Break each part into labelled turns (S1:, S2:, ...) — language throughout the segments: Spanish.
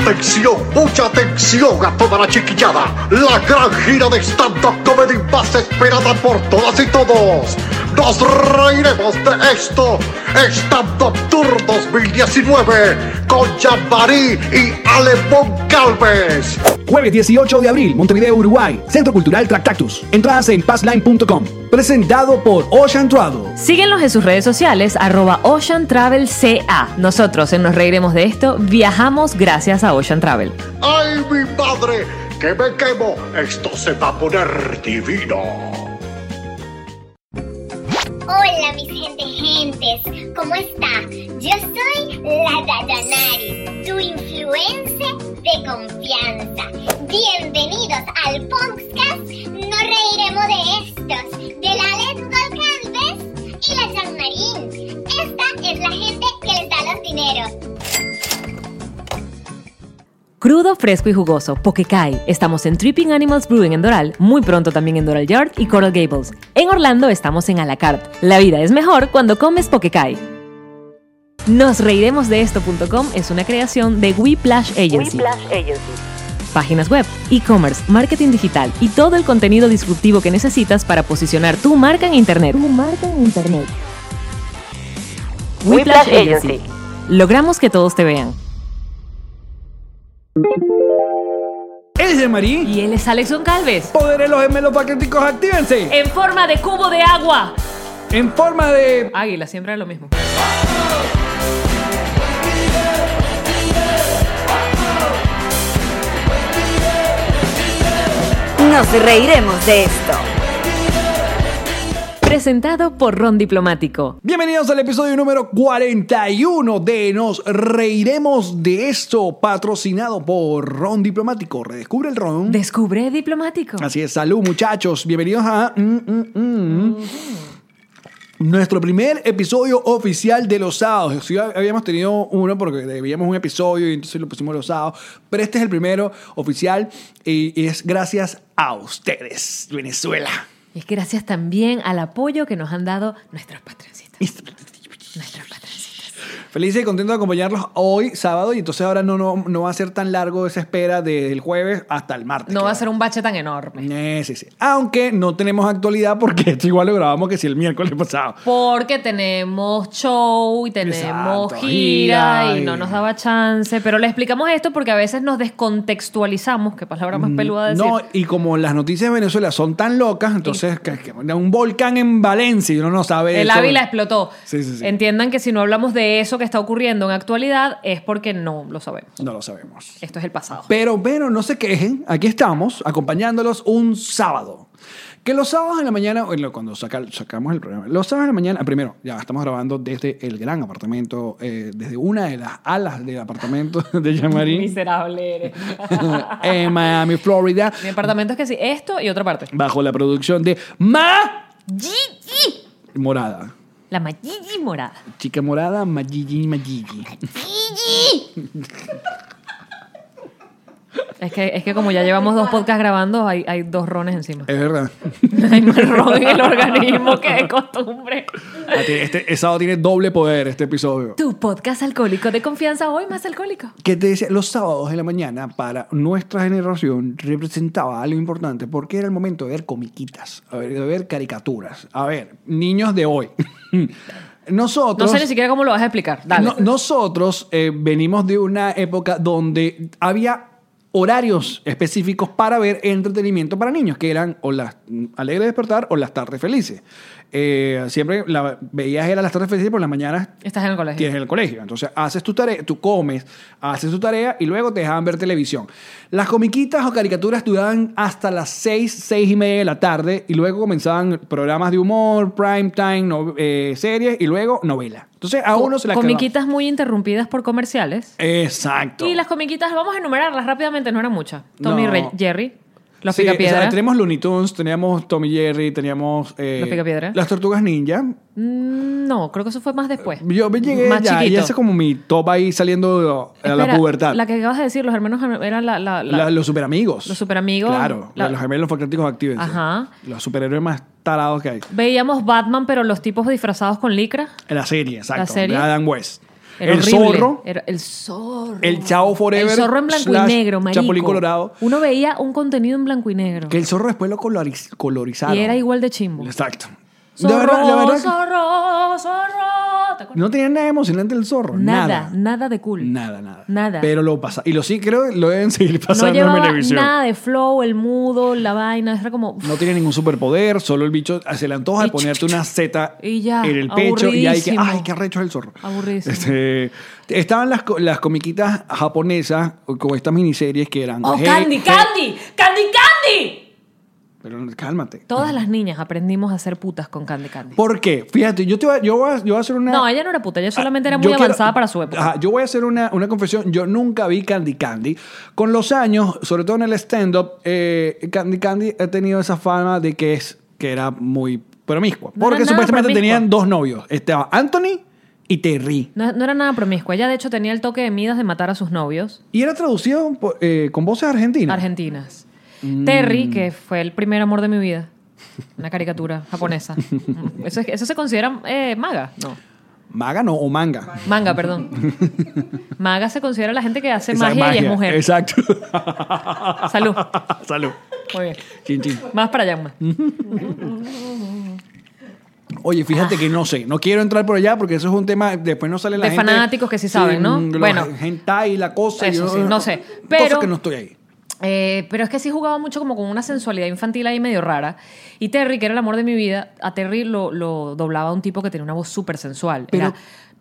S1: Atención, mucha atención a toda la chiquillada. La gran gira de stand-up comedy más esperada por todas y todos. Nos reiremos de esto. Stand-up Tour 2019 con Jean-Marie y Alemón Calves.
S2: Jueves 18 de abril, Montevideo, Uruguay. Centro Cultural Tractactus. Entradas en passline.com. Presentado por Ocean Travel.
S3: Síguenos en sus redes sociales, arroba Ocean Travel CA. Nosotros en Nos Reiremos de Esto viajamos gracias a Ocean Travel.
S1: ¡Ay, mi madre! ¡Que me quemo! Esto se va a poner divino.
S4: Hola mis gente gentes, ¿cómo está? Yo soy la Dayanari, tu influencer de confianza. Bienvenidos al podcast No reiremos de estos, de la Let's Go Calves y la Jean Marín. Esta es la gente que les da los dineros.
S3: Crudo, fresco y jugoso, Pokekai. Estamos en Tripping Animals Brewing en Doral, muy pronto también en Doral Yard y Coral Gables. En Orlando estamos en A la Carte. La vida es mejor cuando comes Pokekai. Nos reiremos de esto.com es una creación de Whiplash Agency. Páginas web, e-commerce, marketing digital y todo el contenido disruptivo que necesitas para posicionar tu marca en internet. Whiplash Agency. Logramos que todos te vean.
S2: Él es de Marí.
S3: Y él es Alexon Calves.
S2: Poderes los gemelos paquéticos, actívense.
S3: En forma de cubo de agua.
S2: En forma de.
S3: Águila, siempre es lo mismo.
S5: Nos reiremos de esto.
S3: Presentado por Ron Diplomático.
S2: Bienvenidos al episodio número 41 de Nos Reiremos de Esto, patrocinado por Ron Diplomático. Redescubre el Ron.
S3: Descubre Diplomático.
S2: Así es, salud muchachos, bienvenidos a mm, mm, mm. nuestro primer episodio oficial de los sábados. Sí, habíamos tenido uno porque debíamos un episodio y entonces lo pusimos los sábados, pero este es el primero oficial y y es gracias a ustedes, Venezuela.
S3: Y es que gracias también al apoyo que nos han dado nuestros patroncitos. Nuestros patroncitos.
S2: Feliz y contento de acompañarlos hoy, sábado, y entonces ahora no, no, no va a ser tan largo esa espera desde el jueves hasta el martes.
S3: No va a
S2: Claro.
S3: ser un bache tan enorme.
S2: Eh, sí, sí. Aunque no tenemos actualidad porque esto igual lo grabamos que si el miércoles pasado.
S3: Porque tenemos show y tenemos
S2: Exacto,
S3: gira,
S2: gira
S3: y
S2: y-
S3: no nos daba chance. Pero le explicamos esto porque a veces nos descontextualizamos, qué palabra más peluda decir.
S2: Mm, No, y como las noticias de Venezuela son tan locas, entonces que- que un volcán en Valencia y uno no sabe.
S3: El
S2: eso.
S3: Ávila explotó.
S2: Sí, sí, sí.
S3: Entiendan que si no hablamos de eso que está ocurriendo en actualidad es porque no lo sabemos.
S2: No lo sabemos.
S3: Esto es el pasado.
S2: Pero, pero, no se quejen, aquí estamos acompañándolos un sábado. Que los sábados en la mañana, bueno, cuando saca- sacamos el programa, los sábados en la mañana, ah, primero, ya estamos grabando desde el gran apartamento, eh, desde una de las alas del apartamento de Yamarín,
S3: Miserable eres.
S2: en Miami, Florida,
S3: Mi apartamento es que sí, esto y otra parte.
S2: bajo la producción de Ma Morada.
S3: La Magigi morada.
S2: Chica morada, Magigi, Magigi.
S3: Es que, es que como ya llevamos dos podcasts grabando, hay, hay dos rones encima.
S2: Es verdad.
S3: Hay más ron en el organismo que de costumbre.
S2: Ah, tiene- Este el sábado tiene doble poder este episodio.
S3: Tu podcast alcohólico de confianza hoy más alcohólico.
S2: Que te decía, los sábados de la mañana para nuestra generación representaba algo importante porque era el momento de ver comiquitas, a ver, de ver caricaturas. A ver, niños de hoy.
S3: No
S2: Nosotros.
S3: sé ni siquiera cómo lo vas a explicar. Dale.
S2: No- nosotros eh, venimos de una época donde había horarios específicos para ver entretenimiento para niños, que eran o las mm, Alegre Despertar o las Tardes Felices. eh, siempre la veías era las tardes felices, por las mañanas
S3: Estás en el colegio.
S2: tienes en el colegio. Entonces haces tu tarea, tú comes, haces tu tarea y luego te dejan ver televisión. Las comiquitas o caricaturas duraban hasta las 6, 6 y media de la tarde y luego comenzaban programas de humor, prime time, no- eh, series y luego novela. Entonces a uno se la acababa.
S3: Comiquitas muy interrumpidas por comerciales.
S2: Exacto.
S3: Y las comiquitas, vamos a enumerarlas rápidamente, no eran muchas. Tommy
S2: No.
S3: Re- Jerry, Los
S2: Sí,
S3: Picapiedra.
S2: o sea, teníamos Looney Tunes, teníamos Tommy Jerry, teníamos... eh,
S3: Los Picapiedra.
S2: Las Tortugas Ninja.
S3: Mm, No, creo que eso fue más después.
S2: Yo me llegué
S3: Más
S2: ya, y
S3: chiquito.
S2: ese es como mi top ahí saliendo de- a la
S3: Espera,
S2: pubertad.
S3: La que acabas de decir, los hermanos eran la, la- la-
S2: La- los superamigos.
S3: Los superamigos.
S2: Claro,
S3: La-
S2: los gemelos fantásticos activos.
S3: Ajá.
S2: Los superhéroes más tarados que hay.
S3: Veíamos Batman, pero los tipos disfrazados con licra.
S2: En la serie, exacto.
S3: La serie.
S2: De Adam West.
S3: Era
S2: el
S3: horrible.
S2: zorro.
S3: Era el zorro.
S2: El Chavo Forever
S3: El zorro en blanco y
S2: slash
S3: negro, marico.
S2: Chapulín Colorado.
S3: Uno veía un contenido en blanco y negro.
S2: Que el zorro después lo coloriz- colorizaron.
S3: Y era igual de chimbo.
S2: Exacto.
S3: Zorro,
S2: la verdad, la verdad,
S3: zorro, zorro. ¿Te acuerdas?
S2: no tenía nada emocionante el zorro.
S3: nada,
S2: Nada.
S3: nada de cool.
S2: Nada, nada.
S3: Nada.
S2: Pero lo pasa. Y lo sí creo que lo deben seguir
S3: no
S2: pasando en
S3: llevaba
S2: televisión.
S3: nada de flow, el mudo, la vaina. Era como...
S2: No tiene ningún superpoder, solo el bicho se le antoja de
S3: Y
S2: ponerte una Z
S3: y ya,
S2: en el pecho y hay que,
S3: aburridísimo.
S2: ay, qué arrecho es el zorro.
S3: Aburridísimo.
S2: Este, estaban las, co- las comiquitas japonesas con estas miniseries que eran...
S3: ¡Oh,
S2: Hey,
S3: Candy,
S2: Hey,
S3: Candy! ¡Candy, Candy!
S2: Pero cálmate.
S3: Todas las niñas aprendimos a ser putas con Candy Candy.
S2: ¿Por qué? Fíjate, yo, te voy, a- yo, voy a, yo voy a hacer una...
S3: No, ella no era puta, ella solamente era
S2: Ah,
S3: muy
S2: yo quiero-
S3: avanzada para su época.
S2: Ajá, yo voy a hacer una, una confesión. Yo nunca vi Candy Candy. Con los años, sobre todo en el stand-up, eh, Candy Candy ha tenido esa fama de que, es, que era muy promiscua.
S3: No
S2: porque
S3: era nada
S2: supuestamente
S3: promiscua.
S2: tenían dos novios. Estaba Anthony y Terry.
S3: No, no era nada promiscua. Ella, de hecho, tenía el toque de Midas de matar a sus novios
S2: Y era traducido por- eh, con voces argentinas.
S3: argentinas. Terry, que fue el primer amor de mi vida. Una caricatura japonesa. Mm, ¿Eso, es- eso se considera eh, maga? No.
S2: Maga no, o manga.
S3: Manga, perdón. Maga se considera la gente que hace
S2: Esa
S3: magia, y es mujer.
S2: Exacto.
S3: Salud.
S2: Salud.
S3: Muy bien.
S2: Chin, chin.
S3: Más para allá. más.
S2: Oye, fíjate que no sé, no quiero entrar por allá porque eso es un tema, después no sale la
S3: Ah. De
S2: gente.
S3: fanáticos que sí saben, ¿no? Bueno.
S2: Bueno. Hentai, la cosa. y
S3: Eso
S2: yo-
S3: sí, no sé.
S2: cosa
S3: Pero-
S2: que no estoy ahí.
S3: Eh, pero es que sí jugaba mucho como con una sensualidad infantil ahí medio rara. Y Terry, que era el amor de mi vida, a Terry lo, lo doblaba un tipo que tenía una voz súper sensual.
S2: Pero-
S3: era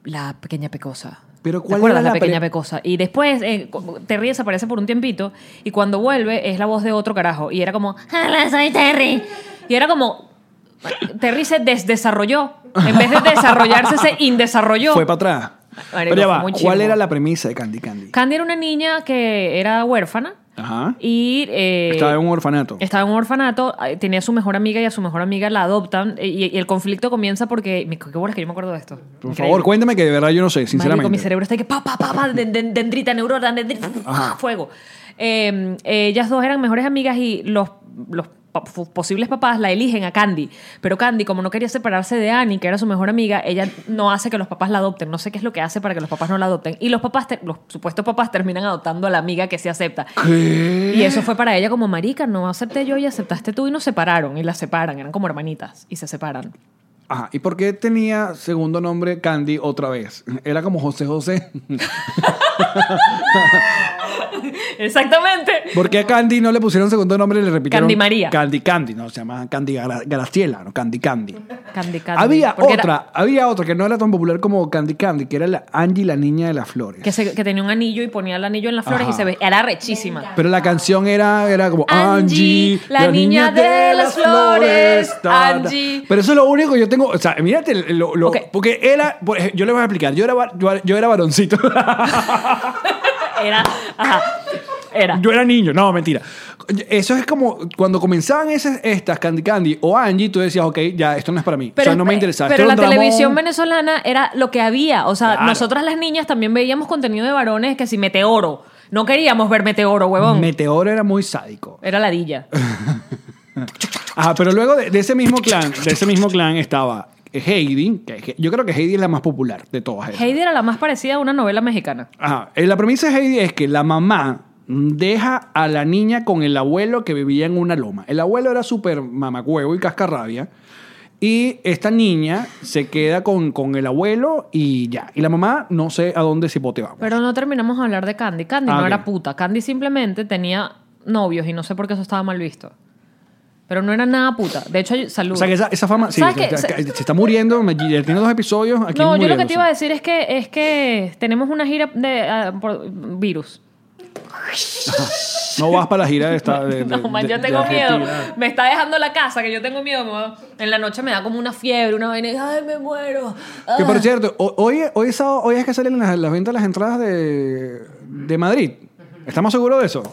S3: la pequeña pecosa.
S2: Pero
S3: ¿Te
S2: ¿cuál
S3: acuerdas
S2: era
S3: la
S2: la
S3: pequeña
S2: pre-
S3: pecosa? Y después eh, cu- Terry desaparece por un tiempito y cuando vuelve es la voz de otro carajo. Y era como, hola, soy Terry. Y era como, Terry se desdesarrolló. En vez de desarrollarse, se indesarrolló.
S2: Fue para atrás. Pero
S3: Marico,
S2: ya
S3: fue
S2: va,
S3: muy
S2: ¿cuál
S3: chimbo.
S2: era la premisa de Candy Candy?
S3: Candy era una niña que era huérfana.
S2: Ajá.
S3: Y, eh,
S2: Estaba en un orfanato.
S3: Estaba en un orfanato, eh, tenía a su mejor amiga y a su mejor amiga la adoptan. eh, Y, y el conflicto comienza porque. mi- Qué bueno es que yo me acuerdo de esto.
S2: Por
S3: Increíble.
S2: favor, cuéntame que de verdad yo no sé, sinceramente.
S3: Marico, mi cerebro está ahí que pa, pa, pa, pa, den- den- dendrita, neurona, dendrita, fuego. Eh, ellas dos eran mejores amigas y los, los pa- fu- posibles papás la eligen a Candy. Pero Candy, como no quería separarse de Annie, que era su mejor amiga, ella no hace que los papás la adopten. No sé qué es lo que hace para que los papás no la adopten. Y los papás, ter- los supuestos papás terminan adoptando a la amiga que se acepta. Y eso fue para ella como marica, no acepté yo y aceptaste tú y nos separaron. Y las separan, eran como hermanitas y se separan.
S2: Ajá. ¿Y por qué tenía segundo nombre Candy otra vez? Era como José José.
S3: Exactamente.
S2: ¿Por qué a Candy no le pusieron segundo nombre y le repitieron?
S3: Candy María.
S2: Candy Candy, no, se llama Candy Gra- Graciela, no Candy Candy.
S3: Candy, Candy.
S2: Había
S3: Porque
S2: otra,
S3: era-
S2: había otra que no era tan popular como Candy Candy, que era la Angie la niña de las flores.
S3: que, se- que tenía un anillo y ponía el anillo en las flores
S2: Ajá.
S3: y se ve, era rechísima.
S2: Pero la canción era, era como Angie,
S3: Angie, la niña de las flores,
S2: ta, ta".
S3: Angie.
S2: Pero eso es lo único que yo tengo. O sea, mírate lo. lo-
S3: Ok.
S2: Porque era. por ej- Yo le voy a explicar. Yo era, va- yo, yo era varoncito.
S3: Era, ajá, era.
S2: yo era niño. No, mentira. Eso es como. Cuando comenzaban esas, estas, Candy Candy o Angie, tú decías, ok, ya, esto no es para mí. o sea, no me interesaba.
S3: Pero
S2: Esto
S3: la
S2: era un dramón.
S3: televisión venezolana era lo que había. O sea,
S2: Claro.
S3: nosotras las niñas también veíamos contenido de varones que si meteoro. No queríamos ver meteoro, huevón.
S2: Meteoro era muy sádico.
S3: era ladilla.
S2: Ajá, pero luego de, de ese mismo clan, de ese mismo clan estaba Heidi, que He- yo creo que Heidi es la más popular de todas. estas.
S3: Heidi era la más parecida a una novela mexicana.
S2: Ajá. Eh, La premisa de Heidi es que la mamá deja a la niña con el abuelo que vivía en una loma. El abuelo era súper mamacuevo y cascarrabia. Y esta niña se queda con, con el abuelo y ya. Y la mamá no sé a dónde se poteaba.
S3: Pero no terminamos de hablar de Candy. Candy
S2: Ah,
S3: no
S2: ok.
S3: era puta. Candy simplemente tenía novios y no sé por qué eso estaba mal visto. Pero no era nada puta. De hecho, salud.
S2: O sea, que esa, esa fama. Sí,
S3: ¿Sabes
S2: se,
S3: qué?
S2: se-
S3: Se-
S2: se está muriendo. me- ya Tiene dos episodios. Aquí
S3: No, yo lo que
S2: muriéndose.
S3: te iba a decir es que, es que tenemos una gira de ah, por- virus.
S2: No vas para la gira de esta. de- de-
S3: No, man,
S2: de-
S3: yo
S2: de
S3: tengo miedo.
S2: Argentina.
S3: Me está dejando la casa, que yo tengo miedo. me va- En la noche me da como una fiebre, una vaina. y, Ay, me muero. Ah.
S2: Que por cierto, ho- hoy, hoy, es sábado- hoy es que salen las, las ventas de las entradas de, de Madrid. ¿Estamos seguros de eso?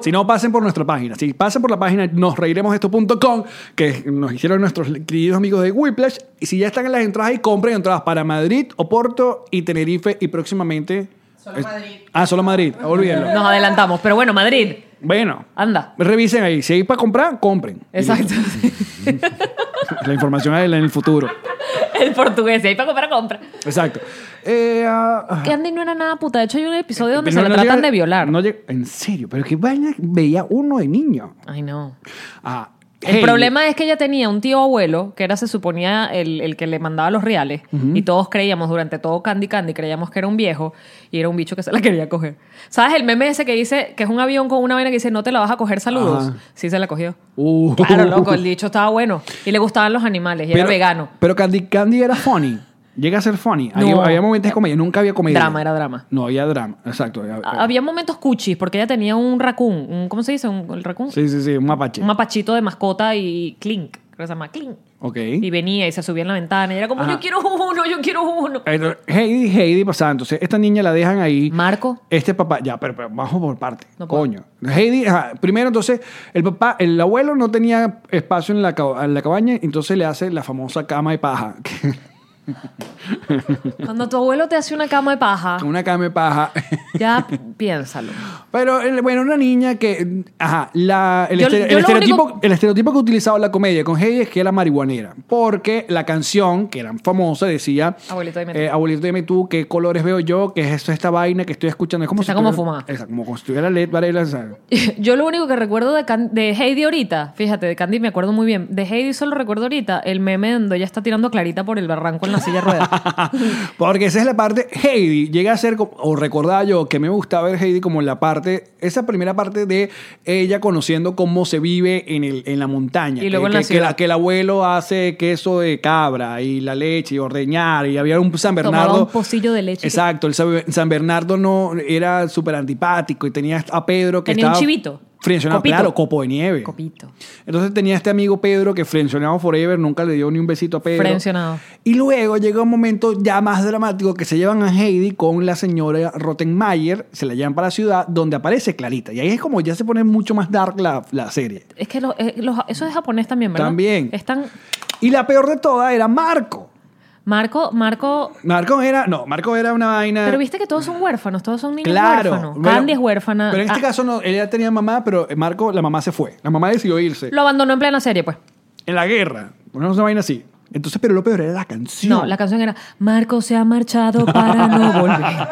S2: si no, pasen por nuestra página. Si pasen por la página nosreiremosesto.com, que nos hicieron nuestros queridos amigos de Whiplash. Y si ya están en las entradas ahí, compren entradas para Madrid, Oporto y Tenerife y próximamente... Solo Madrid. Ah, solo Madrid. Olvídenlo.
S3: Nos adelantamos. Pero bueno, Madrid,
S2: Bueno,
S3: anda.
S2: revisen ahí. Si hay para comprar, compren.
S3: Exacto.
S2: La información es en el futuro.
S3: El portugués, y ahí para comprar, compra.
S2: Exacto. Eh, ah,
S3: Que Andy no era nada puta. De hecho, hay un episodio donde
S2: Pero no
S3: se le tratan
S2: llega-
S3: de violar.
S2: no llega- en serio, pero qué vaina veía uno de niño.
S3: Ay, no.
S2: Ah,
S3: El
S2: hey,
S3: problema es que ella tenía un tío abuelo que era, se suponía, el, el que le mandaba los reales. Y todos creíamos, durante todo Candy Candy, creíamos que era un viejo y era un bicho que se la quería coger. ¿Sabes el meme ese que dice que es un avión con una vaina que dice no te la vas a coger saludos?
S2: Ajá.
S3: Sí, se la cogió.
S2: Uh.
S3: Claro, loco, el bicho estaba bueno. Y le gustaban los animales y era vegano.
S2: Pero Candy Candy era funny. Llega a ser funny. Había,
S3: No.
S2: había momentos de comedia. Nunca había comedia.
S3: Drama, era drama.
S2: No, había drama. Exacto. Había-
S3: Ha- Había momentos cuchis porque ella tenía un raccoon. Un, ¿Cómo se dice? Un, el raccoon.
S2: Sí, sí, sí. Un mapache.
S3: Un mapachito de mascota y clink. Creo que se llama clink.
S2: ok.
S3: Y venía y se subía en la ventana y era como,
S2: Ajá. Eh,
S3: yo quiero uno, yo quiero uno.
S2: Entonces, Heidi, Heidi pasaba. Entonces, esta niña la dejan ahí.
S3: Marco.
S2: Este papá, ya, pero, pero vamos por parte.
S3: No puedo.
S2: coño. Heidi, ajá, primero entonces, el papá, el abuelo no tenía espacio en la, ca- en la cabaña, entonces le hace la famosa cama de paja. que-
S3: Cuando tu abuelo te hace una cama de paja,
S2: una cama de paja.
S3: ya piénsalo.
S2: Pero, el- bueno, una niña que. Ajá, la- el,
S3: Yo-
S2: estere-
S3: yo
S2: el
S3: lo
S2: estereotipo,
S3: único-
S2: el estereotipo que utilizaba la comedia con Heidi es que era marihuanera. Porque la canción, que era famosa, decía.
S3: Abuelito, dime tú.
S2: eh, Abuelito, dime tú, qué colores veo yo, qué es esto, esta vaina que estoy escuchando. Es como
S3: Está
S2: si
S3: como
S2: estuviera-
S3: fumada.
S2: Exacto, como si estuviera Led Varela. o sea,
S3: Yo lo único que recuerdo de, Can- de Heidi ahorita, fíjate, de Candy me acuerdo muy bien, de Heidi solo recuerdo ahorita el meme donde ella está tirando a Clarita por el barranco en la silla de ruedas.
S2: Porque esa es la parte, Heidi llega a ser, como- o recordaba yo que me gustaba ver Heidi como la parte, esa primera parte de ella conociendo cómo se vive en, el, en la montaña.
S3: Y luego
S2: que,
S3: en la
S2: que- que
S3: ciudad.
S2: que el abuelo hace queso de cabra y la leche y ordeñar y había un San
S3: Tomaba
S2: Bernardo.
S3: un pocillo de leche.
S2: Exacto, el San San Bernardo no era súper antipático y tenía a Pedro que
S3: Tenía un
S2: estaba
S3: chivito.
S2: Friccionado,
S3: Copito.
S2: claro, copo de nieve.
S3: Copito.
S2: Entonces tenía este amigo Pedro que frencionado forever, nunca le dio ni un besito a Pedro.
S3: Frencionado.
S2: Y luego llega un momento ya más dramático que se llevan a Heidi con la señora Rottenmeier, se la llevan para la ciudad donde aparece Clarita. Y ahí es como ya se pone mucho más dark la, la serie.
S3: Es que lo- eh, los- eso es japonés también, ¿verdad?
S2: También.
S3: Están,
S2: Y la peor de todas era Marco.
S3: Marco, Marco,
S2: Marco era, no, Marco era una vaina.
S3: pero viste que todos son huérfanos, todos son niños
S2: Claro.
S3: huérfanos.
S2: Bueno,
S3: Candy es huérfana.
S2: Pero en este
S3: Ah,
S2: caso no, ella tenía mamá, pero Marco, la mamá se fue. La mamá decidió irse.
S3: Lo abandonó en plena serie, pues.
S2: En la guerra. Bueno, una vaina así. Entonces, pero lo peor era la canción.
S3: No, la canción era Marco se ha marchado para no volver.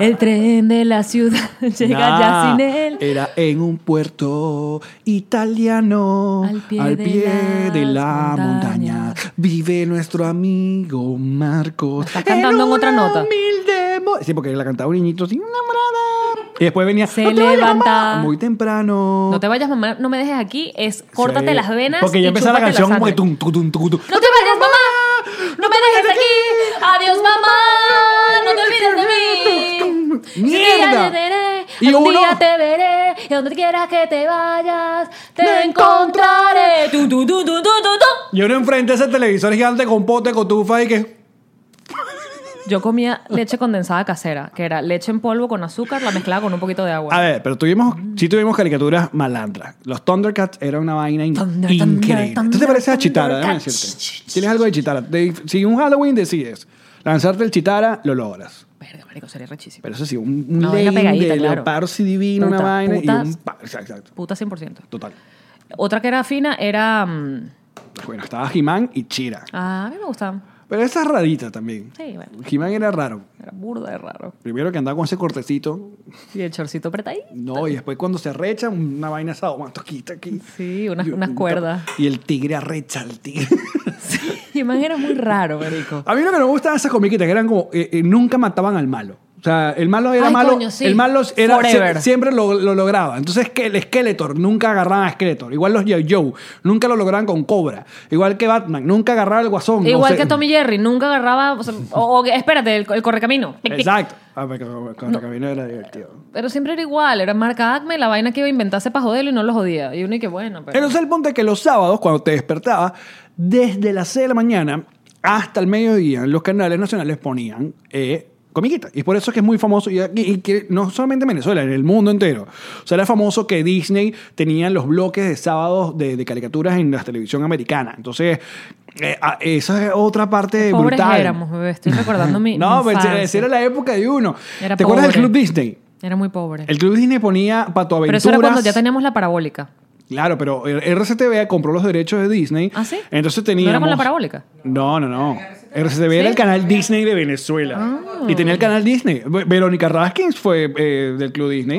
S3: El tren de la ciudad llega ya
S2: Nah, Eh,
S3: sin él.
S2: Era en un puerto italiano, al pie, de,
S3: las
S2: la montaña.
S3: montañas.
S2: vive nuestro amigo Marcos.
S3: Está cantando en otra
S2: una
S3: nota.
S2: humilde mo- sí, porque la cantaba un niñito así, enamorada. Y después venía,
S3: Se
S2: "No te vayas,
S3: levanta".
S2: mamá", muy temprano.
S3: No te vayas, mamá, no me dejes aquí. Es córtate
S2: Sí.
S3: las venas.
S2: Porque ya
S3: y
S2: empezaba la
S3: chúpate
S2: canción como que
S3: sangre.
S2: tum, tum, tum, tum, tum.
S3: No te vayas, mamá. No me dejes aquí. Adiós, mamá. No te olvides de mí.
S2: ¡Mierda!
S3: Y
S2: Y
S3: día
S2: uno-
S3: te veré. Y a donde quieras que te vayas, te encontraré. Tu, tu, tu, tu, tu, tu, tu.
S2: Y uno enfrente a ese televisor gigante con pote, con tufa y que.
S3: Yo comía leche condensada casera, que era leche en polvo con azúcar, la mezclaba con un poquito de agua.
S2: A ver, pero tuvimos,
S3: Mm.
S2: sí tuvimos caricaturas malandras. Los Thundercats era una vaina in-
S3: Thunder,
S2: increíble.
S3: Thunder,
S2: ¿Tú te pareces a Chitara? Déjame
S3: Thundercats.
S2: decirte. Tienes algo de Chitara. De- si un Halloween decides lanzarte el Chitara, lo logras.
S3: Verga, marico, sería rechísimo.
S2: Pero eso sí, un, un
S3: Una vaina
S2: lane
S3: pegadita,
S2: de
S3: claro.
S2: leopardo así divino,
S3: Puta,
S2: una vaina
S3: putas.
S2: y un... pa- Exacto, exacto.
S3: Puta 100%.
S2: Total. Pues
S3: Otra que era fina era... mm,
S2: Bueno, estaba He-Man y Chira.
S3: ah, a mí me gustaban.
S2: Pero esa es rarita también.
S3: Sí, bueno.
S2: He-Man era raro.
S3: Era burda de raro.
S2: Primero que andaba con ese cortecito.
S3: Y el chorcito apretadito.
S2: No, y después cuando se arrecha, una vaina sadomasoquista aquí.
S3: Sí, unas,
S2: Y-
S3: unas cuerdas.
S2: Y el tigre arrecha al tigre.
S3: Sí, man, era muy raro, marico.
S2: A mí lo que me gustaban esas comiquitas que eran como eh, eh, nunca mataban al malo. O sea, el malo era
S6: Ay,
S2: malo.
S6: coño, sí.
S2: El malo era,
S6: Forever.
S2: sie- siempre lo, lo lograba. Entonces, que el Skeletor nunca agarraba a Skeletor. Igual los Yo-Yo nunca lo lograban con Cobra. Igual que Batman, nunca agarraba al Guasón.
S3: Igual
S2: O sea,
S3: que Tommy Jerry, nunca agarraba. O, sea, o- o- espérate, el, el correcamino. Pic, pic.
S2: Exacto. Ah, porque con- con Camino era divertido.
S3: Pero siempre era igual, era marca Acme, la vaina que iba a inventarse para joderlo y no lo jodía. Y uno y que bueno, pero.
S2: Entonces el punto es que los sábados, cuando te despertabas, desde las 6 de la mañana hasta el mediodía, los canales nacionales ponían eh, comiquita. Y por eso es que es muy famoso, y, aquí- y que no solamente en Venezuela, en el mundo entero. O sea, era famoso que Disney tenía los bloques de sábados de, de caricaturas en la televisión americana. Entonces, eh, ah, esa es otra parte
S3: Pobres
S2: brutal.
S3: éramos, bebé. Estoy recordando mi.
S2: no,
S3: mi
S2: pero esa-
S3: infancia.
S2: esa era la época de uno.
S3: Era
S2: ¿Te acuerdas del
S3: pobre.
S2: Club Disney?
S3: Era muy pobre.
S2: El Club Disney ponía Pato Aventuras.
S3: Pero eso era cuando ya teníamos la parabólica.
S2: Claro, pero R- RCTV compró los derechos de Disney.
S3: ¿Ah, sí?
S2: Entonces
S3: ¿No
S2: teníamos...
S3: era con la parabólica?
S2: No, no, no. RCTV era el canal Disney de Venezuela.
S3: Ah.
S2: Y tenía el canal Disney. Ve- Verónica Raskins fue eh, del Club Disney.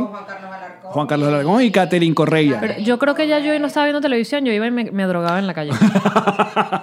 S2: Juan Carlos Alarcón. y Catherine Correia.
S3: Pero yo creo que ya yo no estaba viendo televisión, yo iba y me, me drogaba en la calle.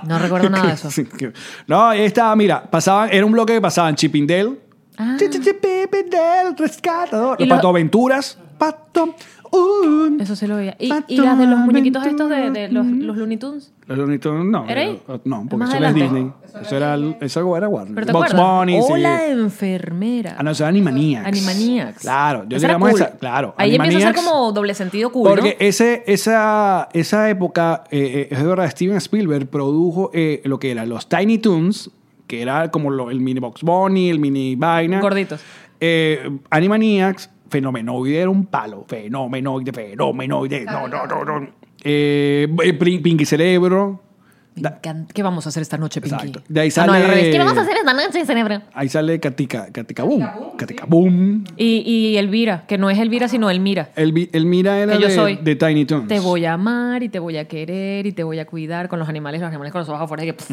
S3: No recuerdo nada de eso.
S2: Sí, que- No, ahí estaba, mira, pasaban, era un bloque que pasaban Chipindel.
S3: Ah.
S2: Chi- chi- chi- Chipindel, rescatador.
S3: Y
S2: Los
S3: lo-
S2: Pato Aventuras. Pato. un-
S3: Eso sí lo veía. Y,
S2: Pato
S3: y las de los muñequitos estos de, de
S2: Aventura.
S3: los, los Looney Tunes.
S2: Los Looney Tunes, no.
S3: ¿Era ahí?
S2: No, porque
S3: Más
S2: eso era
S3: adelante.
S2: Disney. Eso era, eso era Warner.
S3: ¿Pero te
S2: Bugs
S3: acuerdas?
S2: Bunny, sí.
S3: Hola de enfermera.
S2: Ah, no, eso era Animaniacs.
S3: Animaniacs.
S2: Claro, yo
S3: Esa era
S2: digamos
S3: cool.
S2: esa. Claro.
S3: Ahí empieza a ser
S2: Animaniacs,
S3: como doble sentido cool,
S2: Porque ese, esa, esa época, eh, eh, es de verdad, Steven Spielberg produjo eh, lo que era los Tiny Toons, que era como lo- el mini Box Bunny, el mini vaina.
S3: ¿no? Gorditos.
S2: Eh, Animaniacs, Fenomenoide era un palo. Fenomenoide, Fenomenoide. No, no, no, no. Eh, Pin- Pinky Cerebro.
S3: Me encanta. ¿Qué vamos a hacer esta noche, Pinky?
S2: Exacto. De ahí
S3: Ah, no, al
S2: sale-
S3: revés. ¿Qué vamos a hacer esta noche, cerebro?
S2: Ahí sale Katika, Katika Boom. Katika Boom.
S3: Y, y Elvira, que no es Elvira, sino Elmira.
S2: El, vi- el Mira era
S3: Que yo
S2: de,
S3: soy.
S2: de Tiny Toons.
S3: Te voy a amar y te voy a querer y te voy a cuidar con los animales, los animales con los ojos afuera. y que, pff,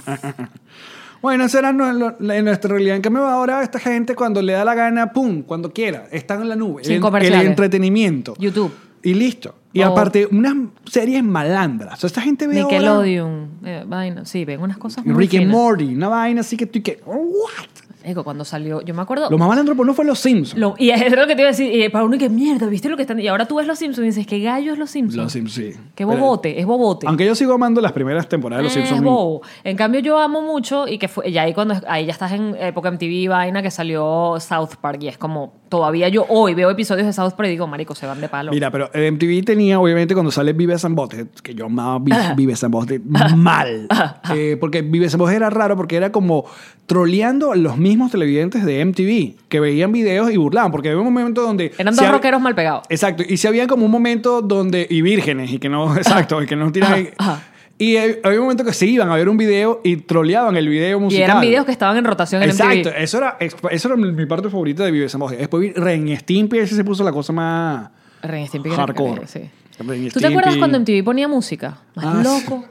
S2: Bueno, esa era nu- lo- la- nuestra realidad. En cambio, ahora esta gente cuando le da la gana, pum, cuando quiera, están en la nube.
S3: Sin
S2: el,
S3: comerciales.
S2: el entretenimiento.
S3: YouTube. Oh.
S2: Y listo. Y
S3: O-
S2: aparte, unas series malandras. O sea, esta gente ve ahora
S3: Nickelodeon. eh, vaina. Sí, ven unas cosas muy
S2: Rick and
S3: finas.
S2: Morty, una vaina así que tú y que, oh, what?
S3: Digo, cuando salió, yo me acuerdo...
S2: Lo más malandro pues no fue Los Simpsons.
S3: lo- y es lo que te iba a decir. Y para uno que mierda, ¿viste lo que están...? Y ahora tú ves Los Simpsons y dices, ¿qué gallo es Los Simpsons?
S2: Los Simpsons, sí.
S3: Qué
S2: Pero-
S3: bobote, es bobote. Eh,
S2: Aunque yo sigo amando las primeras temporadas de Los
S3: Es
S2: Simpsons.
S3: bobo. En cambio, yo amo mucho y que fue, y ahí cuando ahí ya estás en época MTV vaina que salió South Park y es como todavía yo hoy veo episodios de South Park y digo, marico, se van de palo.
S2: Mira, pero eh, MTV tenía, obviamente, cuando sale Vive San Bote, que yo amaba Vi- Vive San Bote mal. Eh, porque Vive San Bote era raro porque era como troleando a los mismos televidentes de MTV que veían videos y burlaban. Porque había un momento donde.
S3: Eran
S2: se
S3: dos
S2: hab-
S3: rockeros mal pegados.
S2: Exacto. Y si había como un momento donde. Y vírgenes, y que no. Exacto, y que no tiran.
S3: ajá.
S2: Y eh, había un momento que se iban a ver un video y troleaban el video
S3: Y
S2: musical.
S3: eran videos que estaban en rotación en
S2: Exacto,
S3: MTV.
S2: eso era, eso era mi parte favorita de Vive San Bote. Después vi Ren y Stimpy, ese se puso la cosa más.
S3: Ren y Stimpy, que era-
S2: Hardcore.
S3: sí.
S2: Ren y
S3: ¿Tú te acuerdas
S2: Stimpy.
S3: cuando MTV ponía música? Más
S2: Ah, sí.
S3: loco.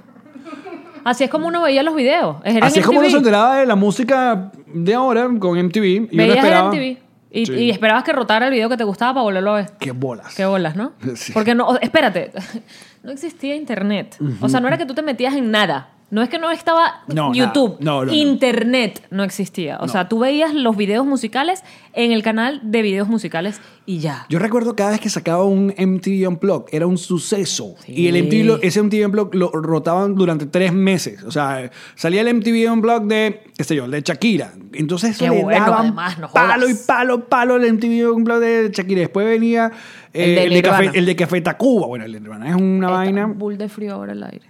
S3: Así es como uno veía los videos. Era en
S2: Así es como
S3: MTV.
S2: uno se enteraba de la música de ahora con MTV. Y uno
S3: Veías en
S2: esperaba.
S3: MTV. Y,
S2: Sí.
S3: y esperabas que rotara el video que te gustaba para volverlo a ver.
S2: Qué bolas.
S3: Qué bolas, ¿no?
S2: Sí.
S3: Porque no, o- espérate, no existía internet. O sea, no era que tú te metías en nada. No es que no estaba
S2: No,
S3: YouTube.
S2: nada. No, no, no.
S3: internet no existía. O sea, tú veías los videos musicales en el canal de videos musicales y ya.
S2: Yo recuerdo cada vez que sacaba un MTV Unplugged, era un suceso.
S3: Sí.
S2: Y el MTV, lo- ese MTV Unplugged lo rotaban durante tres meses. O sea, eh, salía el MTV Unplugged de, qué sé yo, el de Shakira. Entonces eso
S3: Qué
S2: le
S3: bueno,
S2: daban
S3: además, no jodas.
S2: palo y palo, palo el MTV Unplugged de Shakira. Después venía eh,
S3: El de
S2: el, de
S3: Nirvana.
S2: Café, el de Café Tacuba. Bueno, el de Nirvana es una
S3: Está
S2: vaina...
S3: un bull de frío ahora el aire.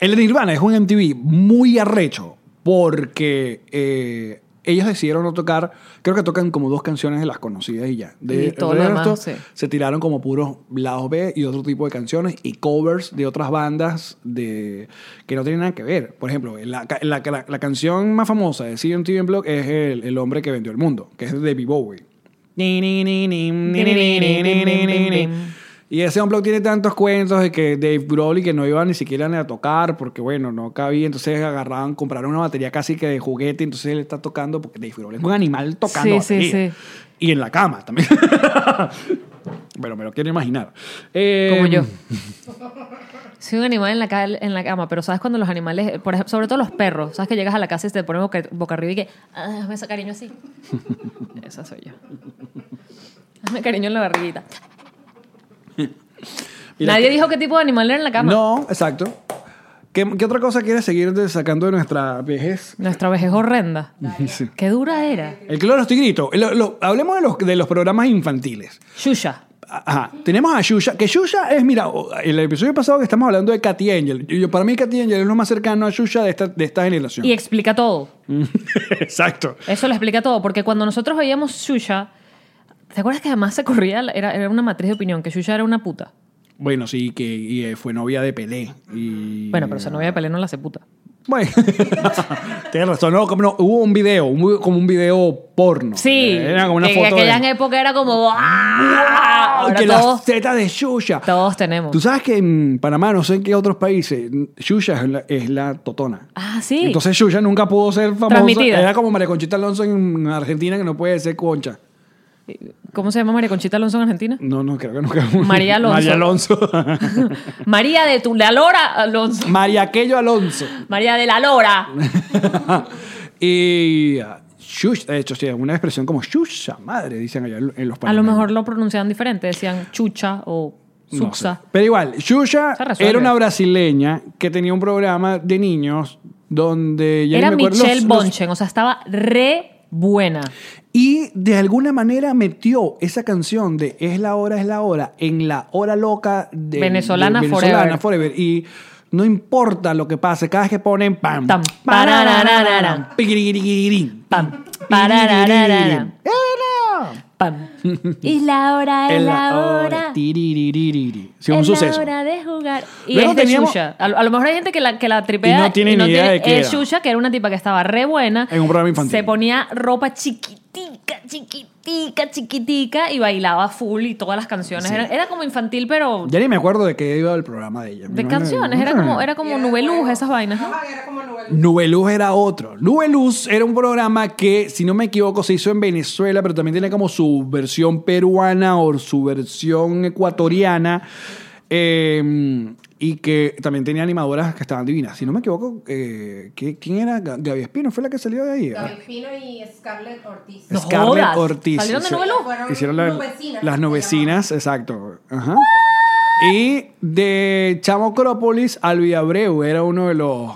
S2: El de Nirvana es un MTV muy arrecho porque eh, ellos decidieron no tocar, creo que tocan como dos canciones de las conocidas y ya. De,
S3: Y todo
S2: el
S3: lo
S2: resto,
S3: demás, sí.
S2: Se tiraron como puros lados B y otro tipo de canciones y covers de otras bandas de, que no tienen nada que ver. Por ejemplo, la, ca- la- la- la canción más famosa de CMTV en Block es el, El hombre que vendió el mundo, que es de David Bowie. Ni, ni, ni, ni, ni, ni, ni, ni, ni, ni, ni, ni. Y ese unplug tiene tantos cuentos de que Dave Broly que no iba ni siquiera ni a tocar porque, bueno, no cabía. Entonces agarraban, compraron una batería casi que de juguete. Entonces él está tocando porque Dave Broly es un animal tocando.
S3: Sí, sí,
S2: batería.
S3: sí.
S2: Y en la cama también. Pero me lo quiero imaginar. Eh,
S3: Como yo. Soy un animal en la, ca- en la cama, pero sabes cuando los animales, por ejemplo, sobre todo los perros, sabes que llegas a la casa y te pones boca, boca arriba y que, "Ah, hazme ese cariño así. Esa soy yo. Hazme cariño en la barriguita.
S2: Mira
S3: Nadie
S2: que-
S3: dijo qué tipo de animal era en la cama.
S2: No, exacto. ¿Qué, qué otra cosa quieres seguir de- sacando de nuestra vejez?
S3: Nuestra vejez horrenda.
S2: Sí.
S3: Qué dura era.
S2: El cloro los tigritos. Lo- lo- hablemos de los, de los programas infantiles.
S3: Shusha.
S2: Ajá. Tenemos a Yuya, que Yuya es, mira, o- el episodio pasado que estamos hablando de Katy Angel. Yo- yo- para mí Katy Angel es lo más cercano a Yuya de esta, de esta generación.
S3: Y explica todo.
S2: Exacto.
S3: Eso lo explica todo, porque cuando nosotros veíamos Shusha, ¿te acuerdas que además se corría, la- era, era una matriz de opinión, que Shusha era una puta?
S2: Bueno, sí, que y, eh, fue novia de Pelé. Y,
S3: Bueno, pero esa novia de Pelé no la hace puta.
S2: Bueno, tienes razón. No, como no, hubo un video, un- como un video porno.
S3: Sí,
S2: Era como una
S3: que
S2: foto.
S3: en aquella
S2: de-
S3: época era como... ¡ah!
S2: ¡Wow!
S3: Ahora
S2: que
S3: todos,
S2: las tetas de Yuya.
S3: todos tenemos.
S2: Tú sabes que en Panamá, no sé en qué otros países, Yuya es la, es la totona.
S3: Ah, sí.
S2: Entonces Yuya nunca pudo ser famosa.
S3: Transmitida.
S2: Era como María Conchita Alonso en Argentina que no puede ser concha.
S3: ¿Cómo se llama María Conchita Alonso en Argentina?
S2: No, no, creo que nunca.
S3: María Alonso.
S2: María Alonso.
S3: María de tu, la Lora Alonso.
S2: María Aquello Alonso.
S3: María de la Lora.
S2: y ah, Yuya, de hecho, sí, una expresión como Yuya, madre, dicen allá en los
S3: A lo
S2: panameños.
S3: mejor lo pronunciaban diferente, decían chucha o
S2: No
S3: suxa.
S2: sé. Pero igual, Xuxa
S3: Se resuelve.
S2: era una brasileña que tenía un programa de niños donde ya
S3: Era
S2: ni me acuerdo,
S3: Michelle
S2: los- los-
S3: Bonchen, o sea, estaba re buena.
S2: y de alguna manera metió esa canción de Es la hora, es la hora en la hora loca de
S3: Venezolana
S2: de Venezolana forever. Y no importa lo que pase, cada vez que ponen pam,
S3: Tam, parararararam.
S2: piquiriririm,
S3: Pam,
S2: piquiriririm.
S3: pararararara,
S2: Era.
S3: pam. Y la hora es
S2: En
S3: la hora.
S2: tiriririri. Sí, un
S3: es
S2: suceso.
S3: la hora de jugar. Y
S2: Luego
S3: es de
S2: teníamos-
S3: Xuxa. A, lo- a lo mejor hay gente que la, que la tripea.
S2: Y no tiene ni idea de qué
S3: Es
S2: era.
S3: Xuxa, que era una tipa que estaba re buena.
S2: En un programa infantil.
S3: Se ponía ropa chiquitica, chiquitica, chiquitica y bailaba full y todas las canciones. eran- Era, como infantil, pero
S2: Ya ni me acuerdo de qué iba el programa de ella.
S3: de
S2: No,
S3: canciones.
S2: no,
S3: Era
S2: no.
S3: como, era como Nubeluz, esas vainas. ¿no?
S2: Nube Luz era otro. Nube Luz era un programa que, si no me equivoco, se hizo en Venezuela, pero también tenía como su versión peruana o su versión ecuatoriana. eh, y que también tenía animadoras que estaban divinas. Si no me equivoco, eh, ¿qué- ¿quién era? Ga- Gaby Espino fue la que salió de ahí. ¿verdad?
S6: Gaby Pino y Scarlett Ortiz.
S3: No
S2: Scarlett
S3: jodas.
S2: Ortiz.
S3: ¿Salieron de
S2: Hizo-
S3: Nube Luz?
S6: Fueron
S2: Hicieron la-
S6: nubecinas,
S2: las
S6: se
S2: nubecinas, exacto. Ajá. Y de Chamocrópolis, Albi Abreu era uno de los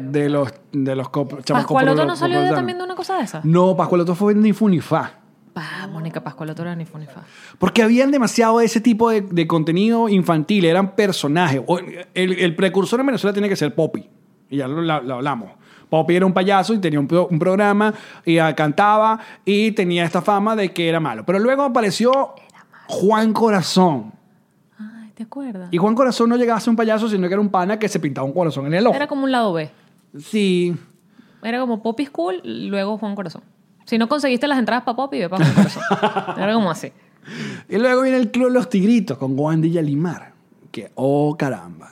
S2: de los de los cop-
S3: Pascualoto no
S2: chamocopro-
S3: salió de-
S2: coproletarios.
S3: también de una cosa de esas.
S2: No, Pascualoto fue ni fu ni fa.
S3: Pa, Mónica Pascualoto era ni fu ni fa.
S2: Porque habían demasiado de ese tipo de, de contenido infantil, eran personajes. O- El, el precursor en Venezuela tiene que ser Poppy, y ya lo, la- lo hablamos. Poppy era un payaso y tenía un, pro- un programa, y ah, cantaba, y tenía esta fama de que era malo. Pero luego apareció Juan Corazón.
S3: Ay, ¿te acuerdas?
S2: Mm. Y Juan Corazón no llegaba a ser un payaso, sino que era un pana que se pintaba un corazón en el ojo.
S3: Era como un lado B.
S2: Sí.
S3: Era como Poppy School, luego Juan Corazón. Si no conseguiste las entradas para Poppy, ve para Juan Corazón. Era como así.
S2: Y luego viene el Club Los Tigritos con Juan Dilla Limar. Que, oh caramba,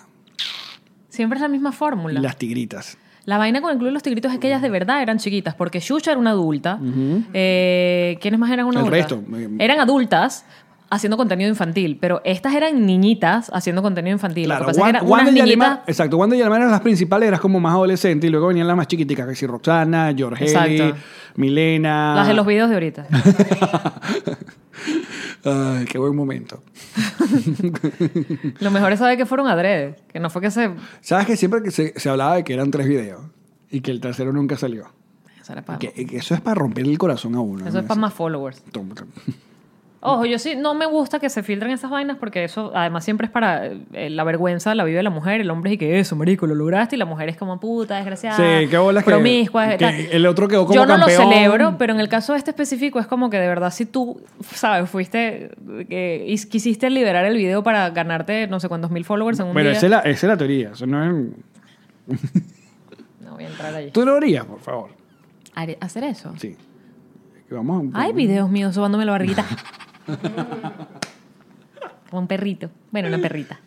S3: Siempre es la misma fórmula.
S2: las tigritas.
S3: La vaina con el Club de los Tigritos es que ellas de verdad eran chiquitas, porque Xuxa era una adulta. Eh, ¿Quiénes más eran una
S2: El
S3: adulta?
S2: resto.
S3: Eran adultas haciendo contenido infantil, pero estas eran niñitas haciendo contenido infantil. Lo que pasa es que eran
S2: Wanda
S3: unas
S2: y
S3: niñitas...
S2: Yalimar- exacto, Wanda y Yalimar eran las principales, eras como más adolescente y luego venían las más chiquiticas, que si Roxana, Georgeli,
S3: Exacto.
S2: Milena.
S3: Las de los videos de ahorita.
S2: Ay, qué buen momento.
S3: Lo mejor es saber que fueron adrede, que no fue que se...
S2: ¿Sabes que siempre que se, se hablaba de que eran tres videos y que el tercero nunca salió?
S3: Eso, era pa-
S2: Que, que eso es para romper el corazón a uno.
S3: eso es para más followers. Ojo, yo sí no me gusta que se filtren esas vainas porque eso además siempre es para eh, la vergüenza, la vida de la mujer. El hombre es y que eso, marico, lo lograste y la mujer es como puta, desgraciada,
S2: Sí, qué bolas que-
S3: promiscua.
S2: que
S3: tal.
S2: el otro quedó como
S3: Yo no
S2: campeón.
S3: lo celebro, pero en el caso este específico es como que de verdad si tú, sabes, fuiste, eh, y quisiste liberar el video para ganarte no sé cuántos mil followers en un
S2: Bueno,
S3: día.
S2: esa es, la, esa es la teoría. Eso no es-
S3: No voy a entrar allí.
S2: Tú lo harías, por favor.
S3: Are- ¿Hacer eso?
S2: Sí. Vamos a-
S3: Hay videos míos sobándome la barriguita. Como un perrito. Bueno, una perrita.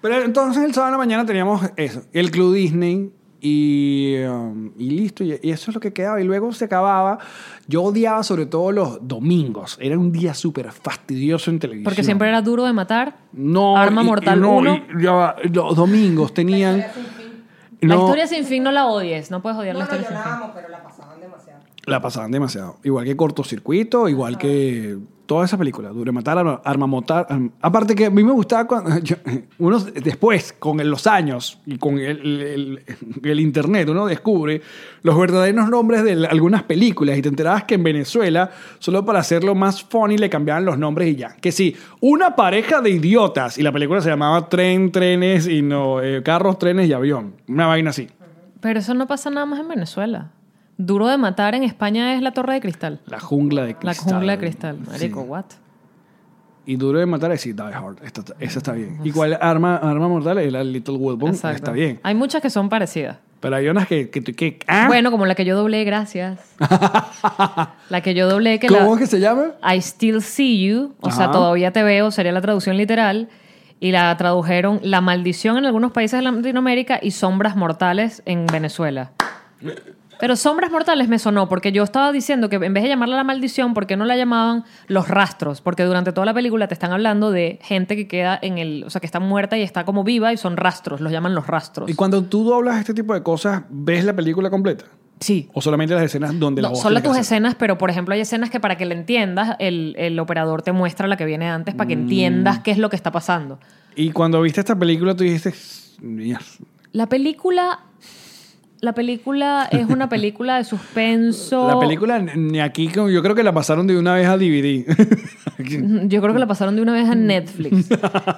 S2: Pero entonces el sábado en la mañana teníamos eso, el Club Disney, y, um, y listo, y, y eso es lo que quedaba. Y luego se acababa. Yo odiaba sobre todo los domingos. Era un día súper fastidioso en televisión.
S3: Porque siempre era duro de matar.
S2: No,
S3: Arma
S2: y- y
S3: mortal
S2: no,
S3: uno.
S2: y ya va, los domingos tenían.
S3: La
S2: no,
S3: historia sin fin no la odies. No puedes odiar
S6: No,
S3: la
S6: no,
S3: historia
S6: yo
S3: sin
S6: la
S3: fin.
S6: amo, pero la pasaban demasiado.
S2: La pasaban demasiado. Igual que cortocircuito, igual que todas esas películas. Dure matar, arma, arma mortal. Arma- Aparte que a mí me gustaba cuando. yo- uno después, con el- los años y con el, el- el internet, uno descubre los verdaderos nombres de la- algunas películas y te enterabas que en Venezuela, solo para hacerlo más funny, le cambiaban los nombres y ya. Que sí, una pareja de idiotas y la película se llamaba Tren, Trenes y no. eh, carros, Trenes y Avión. Una vaina así.
S3: Pero eso no pasa nada más en Venezuela. Duro de matar en España es la torre de cristal.
S2: La jungla de
S3: La
S2: cristal.
S3: jungla de cristal. Marico,
S2: Sí.
S3: what?
S2: Y duro de matar es decir Die Hard. Esta, esa está bien. Igual arma, arma mortal es la Little Weapon.
S3: Exacto.
S2: Está bien.
S3: Hay muchas que son parecidas.
S2: Pero hay unas que... que, tú- que- ¿ah?
S3: Bueno, como la que yo doblé, gracias. la que yo doblé, que
S2: ¿Cómo
S3: la...
S2: es que se llama?
S3: I Still See You, o sea,
S2: Ajá.
S3: todavía te veo, sería la traducción literal, y la tradujeron La Maldición en algunos países de Latinoamérica y Sombras Mortales en Venezuela. Pero Sombras Mortales me sonó porque yo estaba diciendo que en vez de llamarla La Maldición, ¿por qué no la llamaban Los Rastros? Porque durante toda la película te están hablando de gente que queda en el, o sea, que está muerta y está como viva y son rastros, los llaman Los Rastros.
S2: Y cuando tú doblas este tipo de cosas, ¿ves la película completa?
S3: Sí.
S2: ¿O solamente las escenas donde la
S3: No,
S2: voz
S3: solo
S2: tiene que
S3: tus
S2: hacer?
S3: escenas, pero por ejemplo hay escenas que para que la entiendas, el, el operador te muestra la que viene antes para que
S2: Mm.
S3: entiendas qué es lo que está pasando.
S2: Y cuando viste esta película, tú dijiste... "Mierda".
S3: La película, la película es una película de suspenso.
S2: La película ni aquí, como- yo creo que la pasaron de una vez a DVD.
S3: Yo creo que la pasaron de una vez a
S2: Mm.
S3: Netflix.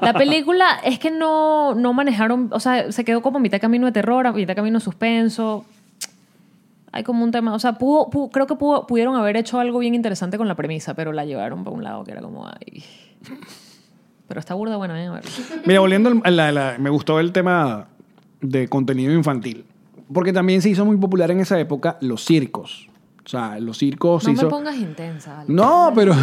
S3: La película es que no, no manejaron, o sea, se quedó como a mitad camino de terror, a mitad camino de suspenso. Hay como un tema, o sea, pudo, pu- creo que pudo- pudieron haber hecho algo bien interesante con la premisa, pero la llevaron para un lado que era como, ay. Pero está burda, bueno, a ver.
S2: Mira, volviendo al- a la, la- me gustó el tema de contenido infantil. Porque también se hizo muy popular en esa época los circos. O sea, los circos se
S3: No me
S2: hizo...
S3: pongas intensa, vale.
S2: No, pero.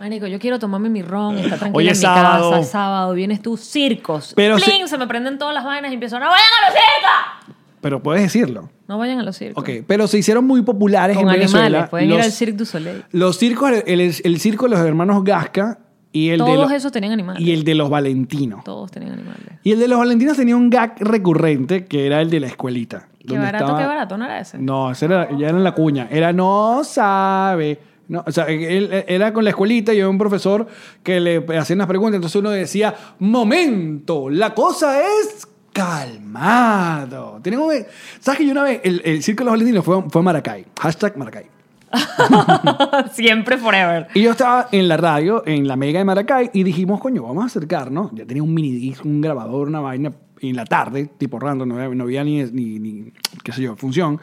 S3: Marico, yo quiero tomarme mi ron, está tranquila
S2: Hoy
S3: en
S2: es
S3: mi
S2: sábado.
S3: casa, sábado, vienes tú, circos.
S2: Pero
S3: ¡Pling!
S2: si-
S3: Se me prenden todas las vainas y empiezo, ¡no vayan a los circos!
S2: pero puedes decirlo.
S3: No vayan a los circos.
S2: Ok, pero se hicieron muy populares
S3: Con
S2: en
S3: animales,
S2: Venezuela.
S3: pueden ir
S2: los-
S3: al Cirque du Soleil.
S2: Los circos, el, el- el circo de los hermanos Gasca y el de.
S3: Todos
S2: los-
S3: esos tenían animales.
S2: Y el de los Valentinos.
S3: Todos tenían animales.
S2: Y el de los Valentinos tenía un gag recurrente que era el de la escuelita.
S3: Qué
S2: donde
S3: barato,
S2: estaba-
S3: qué barato, ¿no era ese?
S2: No, ese era, ya era en la cuña. Era no sabe. No, o sea, él- era con la escuelita y había un profesor que le hacían las preguntas. Entonces uno decía, momento, la cosa es calmado. Tienen un- ¿Sabes que yo una vez, el, el Circo de los Valentinos fue, fue a Maracay? Hashtag Maracay.
S3: Siempre forever.
S2: Y yo estaba en la radio, en la mega de Maracay, y dijimos, coño, vamos a acercarnos. Ya tenía un mini disc, un grabador, una vaina, en la tarde, tipo random, no había, no había ni, ni, ni, qué sé yo, función,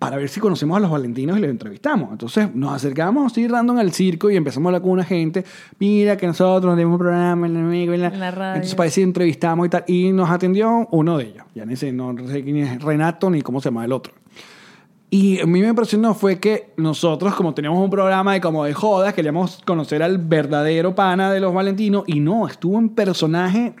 S2: para ver si conocemos a los Valentinos y los entrevistamos. Entonces nos acercamos así random al circo y empezamos a hablar con una gente, mira que nosotros tenemos un programa en la, mega, en la-
S3: En la radio.
S2: Entonces para decir entrevistamos y tal, y nos atendió uno de ellos. Ya ni sé, no sé quién es Renato ni cómo se llama el otro. Y a mí me impresionó fue que nosotros, como teníamos un programa de como de jodas, queríamos conocer al verdadero pana de los Valentinos y no, estuvo en personaje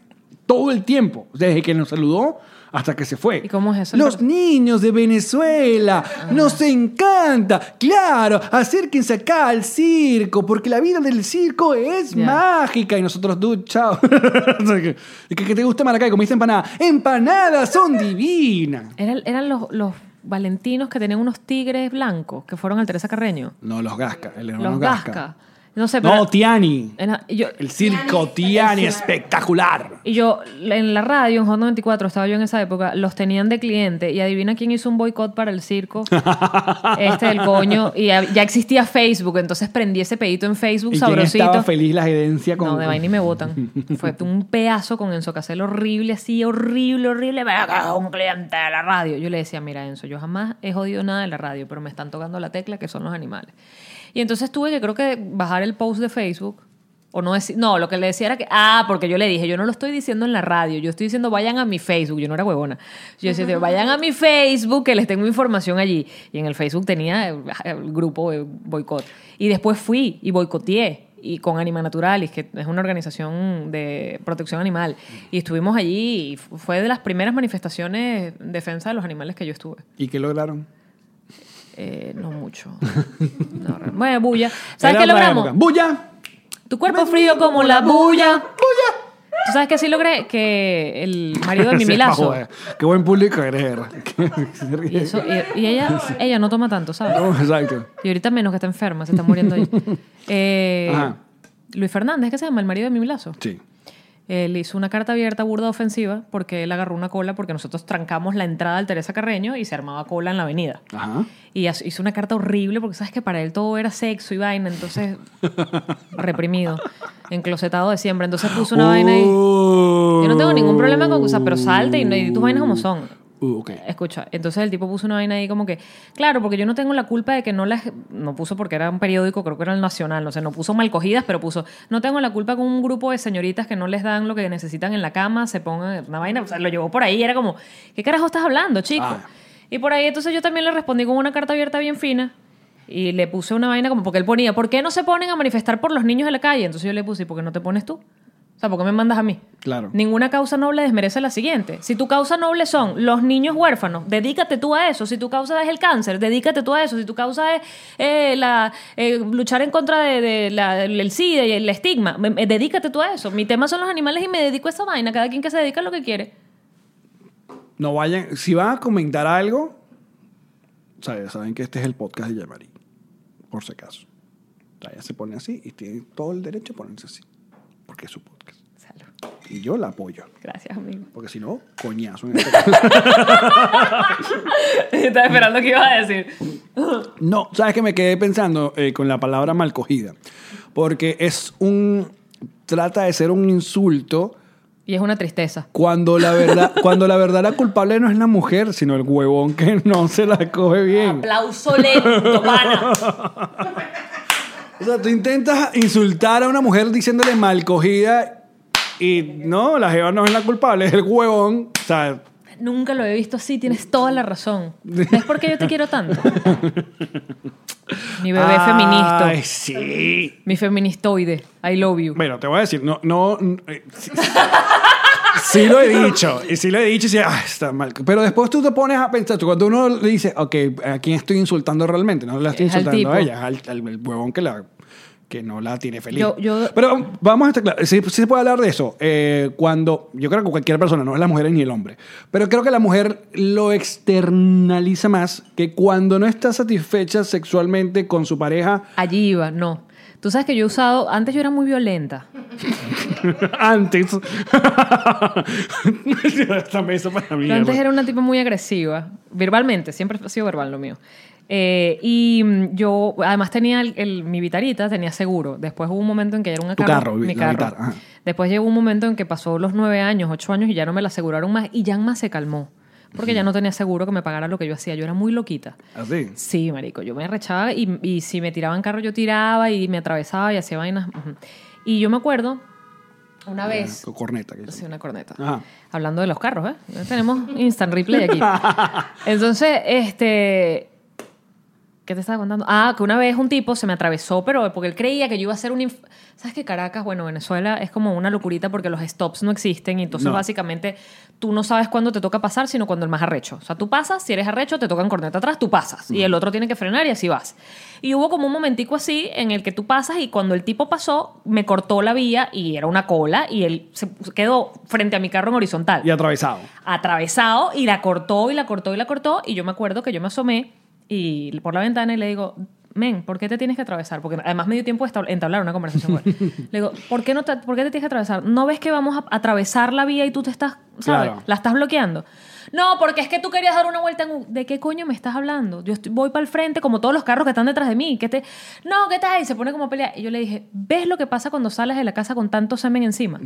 S2: todo el tiempo, desde que nos saludó hasta que se fue.
S3: ¿Y cómo es eso? Ah.
S2: Los niños de Venezuela, nos encanta, claro, acérquense acá al circo, porque la vida del circo es
S3: Ya.
S2: mágica y nosotros, dude, chao. ¿Qué, ¿Qué te gusta Maracay? ¿Comiste empanada? Empanadas son divinas.
S3: Eran, eran los, los valentinos que tenían unos tigres blancos que fueron al Teresa Carreño.
S2: No, los Gasca, el hermano
S3: Los
S2: Gasca.
S3: Gasca. No sé, pero.
S2: No, Tiani.
S3: era- yo-
S2: El circo Tiani espectacular.
S3: Y yo en la radio, en Hot 94, estaba yo en esa época, los tenían de cliente. Y adivina quién hizo un boicot para el circo. este del coño. Y ya ya existía Facebook, entonces prendí ese pedito en Facebook
S2: Y quién
S3: sabrosito.
S2: estaba feliz la gerencia con
S3: No, de vaina y me botan. Fue un pedazo con Enzo Casel horrible, así, horrible, horrible. Me acabo un cliente de la radio. Yo le decía, mira, Enzo, yo jamás he jodido nada de la radio, pero me están tocando la tecla que son los animales. Y entonces tuve que, creo que, bajar el post de Facebook. O no, deci- no, lo que le decía era que, ah, porque yo le dije, yo no lo estoy diciendo en la radio, yo estoy diciendo vayan a mi Facebook, yo no era huevona. Yo decía, vayan a mi Facebook, que les tengo información allí. eh, Y en el Facebook tenía el, el grupo de boicot. Y después fui y boicoteé. y con Anima Naturalis, que es una organización de protección animal. Y estuvimos allí y fu- fue de las primeras manifestaciones en defensa de los animales que yo estuve.
S2: ¿Y qué lograron?
S3: Eh, no mucho. No, re- bueno, bulla. ¿Sabes
S2: Era
S3: qué
S2: otra
S3: logramos?
S2: época. ¡Bulla!
S3: Tu cuerpo frío como la bulla. ¿Tú sabes que sí logré que el marido de
S2: Sí,
S3: Mimi
S2: pa'
S3: Lazo...
S2: joder. Qué buen público eres.
S3: Y, eso- y- y ella, ella no toma tanto, ¿sabes?
S2: No, Exacto.
S3: Y ahorita menos que está enferma, se está muriendo ahí. Eh,
S2: Ajá.
S3: Luis Fernández, ¿qué se llama? El marido de Mimi Lazo.
S2: Sí.
S3: Él hizo una carta abierta burda ofensiva porque él agarró una cola porque nosotros trancamos la entrada al Teresa Carreño y se armaba cola en la avenida.
S2: Ajá.
S3: Y as- hizo una carta horrible porque sabes que para él todo era sexo y vaina, entonces reprimido, enclosetado de siempre. Entonces puso una vaina ahí. Yo no tengo ningún problema con cosas, pero salte y, no- y tus vainas como son.
S2: Uh, ok.
S3: Escucha, entonces el tipo puso una vaina ahí como que, claro, porque yo no tengo la culpa de que no las, no puso porque era un periódico, creo que era el Nacional, no sé, no puso mal cogidas, pero puso, no tengo la culpa con un grupo de señoritas que no les dan lo que necesitan en la cama, se pongan una vaina, o sea, lo llevó por ahí, era como, ¿qué carajo estás hablando, chico?
S2: Ah.
S3: Y por ahí entonces yo también le respondí con una carta abierta bien fina. Y le puse una vaina como porque él ponía, ¿por qué no se ponen a manifestar por los niños de la calle? Entonces yo le puse, ¿y por qué no te pones tú? O sea, ¿por qué me mandas a mí?
S2: Claro.
S3: Ninguna causa noble desmerece la siguiente. Si tu causa noble son los niños huérfanos, dedícate tú a eso. Si tu causa es el cáncer, dedícate tú a eso. Si tu causa es eh, la, eh, luchar en contra del de, la- del SIDA y el estigma, me- me- dedícate tú a eso. Mi tema son los animales y me dedico a esa vaina. Cada quien que se dedica a lo que quiere.
S2: No vayan. Si van a comentar algo, saben, saben que este es el podcast de Yamari. Por si acaso. O sea, Ella se pone así y tiene todo el derecho a ponerse así. Porque es su podcast.
S3: Salud.
S2: Y yo la apoyo.
S3: Gracias, amigo.
S2: Porque si no, coñazo. en este-
S3: Estaba esperando que ibas a decir.
S2: no, sabes que me quedé pensando eh, con la palabra mal cogida. Porque es un. Trata de ser un insulto
S3: Y es una tristeza.
S2: cuando la verdad, cuando la verdadera culpable no es la mujer, sino el huevón que no se la coge bien.
S3: Aplauso lento, pana.
S2: O sea, tú intentas insultar a una mujer diciéndole mal cogida y no, la jeva no es la culpable, es el huevón. O sea,
S3: Nunca lo he visto así, tienes toda la razón. ¿Ves por qué yo te quiero tanto? Mi bebé
S2: Ay,
S3: feminista.
S2: sí.
S3: Mi feministoide. I love you.
S2: Bueno, te voy a decir, no, no. n- eh, Sí, sí lo he dicho, y sí lo he dicho, y sí, ah, está mal. Pero después tú te pones a pensar, tú, cuando uno le dice, ok, ¿a quién estoy insultando realmente? No la estoy
S3: Es al
S2: insultando a
S3: tipo.
S2: ella, es al, al- al huevón que, la, que no la tiene feliz.
S3: Yo- yo-
S2: Pero um, vamos a estar claros, sí, sí se puede hablar de eso. eh, cuando, yo creo que cualquier persona, no es la mujer ni el hombre, pero creo que la mujer lo externaliza más que cuando no está satisfecha sexualmente con su pareja
S3: Allí iba, no. Tú sabes que yo he usado, antes yo era muy violenta.
S2: Antes. Esta mesa para mí.
S3: Yo antes era una tipa muy agresiva, verbalmente, siempre ha sido verbal lo mío. Eh, y mm, yo, además tenía el, el- mi vitarita, tenía seguro. Después hubo un momento en que era una
S2: Tu carro,
S3: mi
S2: la
S3: carro.
S2: Vitara, ajá.
S3: Después llegó un momento en que pasó los nueve años, ocho años y ya no me la aseguraron más y Yanma se calmó. Porque ya no tenía seguro que me pagara lo que yo hacía. Yo era muy loquita.
S2: Así.
S3: Sí, marico, yo me arrechaba y, y si me tiraban carro yo tiraba y me atravesaba y hacía vainas. Ujú. Y yo me acuerdo una vez...
S2: Con corneta. que-
S3: Sí, una corneta.
S2: Ajá.
S3: Hablando de los carros, ¿eh? Ya Tenemos instant replay aquí. Entonces, este... ¿Qué te estaba contando? Ah, que una vez un tipo se me atravesó, pero porque él creía que yo iba a ser un... inf- ¿Sabes que Caracas, bueno, Venezuela es como una locurita porque los stops no existen y entonces
S2: No.
S3: básicamente tú no sabes cuándo te toca pasar, sino cuando el más arrecho. O sea, tú pasas, si eres arrecho, te tocan corneta atrás, tú pasas y el otro tiene que frenar y así vas. Y hubo como un momentico así en el que tú pasas y cuando el tipo pasó, me cortó la vía y era una cola y él se quedó frente a mi carro en horizontal
S2: Y atravesado.
S3: atravesado y la cortó y la cortó y la cortó y yo me acuerdo que yo me asomé y por la ventana y le digo men ¿por qué te tienes que atravesar? porque además me dio tiempo de estab- entablar una conversación con él. le digo ¿por qué, no te, ¿por qué te tienes que atravesar? ¿no ves que vamos a atravesar la vía y tú te estás ¿sabes?
S2: Claro.
S3: la estás bloqueando no, porque es que tú querías dar una vuelta en U. ¿De qué coño me estás hablando? Yo estoy- voy para el frente como todos los carros que están detrás de mí. ¿Qué te... No, ¿qué tal? Y se pone como a pelear. Y yo le dije, ¿ves lo que pasa cuando sales de la casa con tanto semen encima?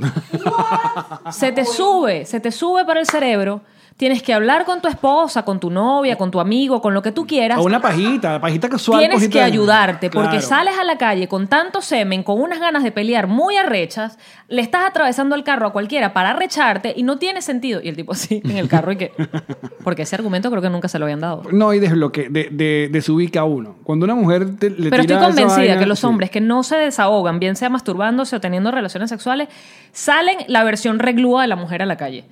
S3: se te sube, se te sube para el cerebro. Tienes que hablar con tu esposa, con tu novia, con tu amigo, con lo que tú quieras.
S2: O una pajita, pajita casual.
S3: Tienes
S2: pajita
S3: que
S2: de-
S3: ayudarte porque
S2: Claro.
S3: sales a la calle con tanto semen, con unas ganas de pelear muy arrechas, le estás atravesando el carro a cualquiera para arrecharte y no tiene sentido. Y el tipo sí, en el carro y que... Porque ese argumento creo que nunca se lo habían dado.
S2: No, y desbloque, de, de, desubica a uno. Cuando una mujer te- le tira
S3: Pero estoy
S2: esa
S3: convencida
S2: vaina,
S3: que los
S2: sí.
S3: hombres que no se desahogan, bien sea masturbándose o teniendo relaciones sexuales, salen la versión reglúa de la mujer a la calle.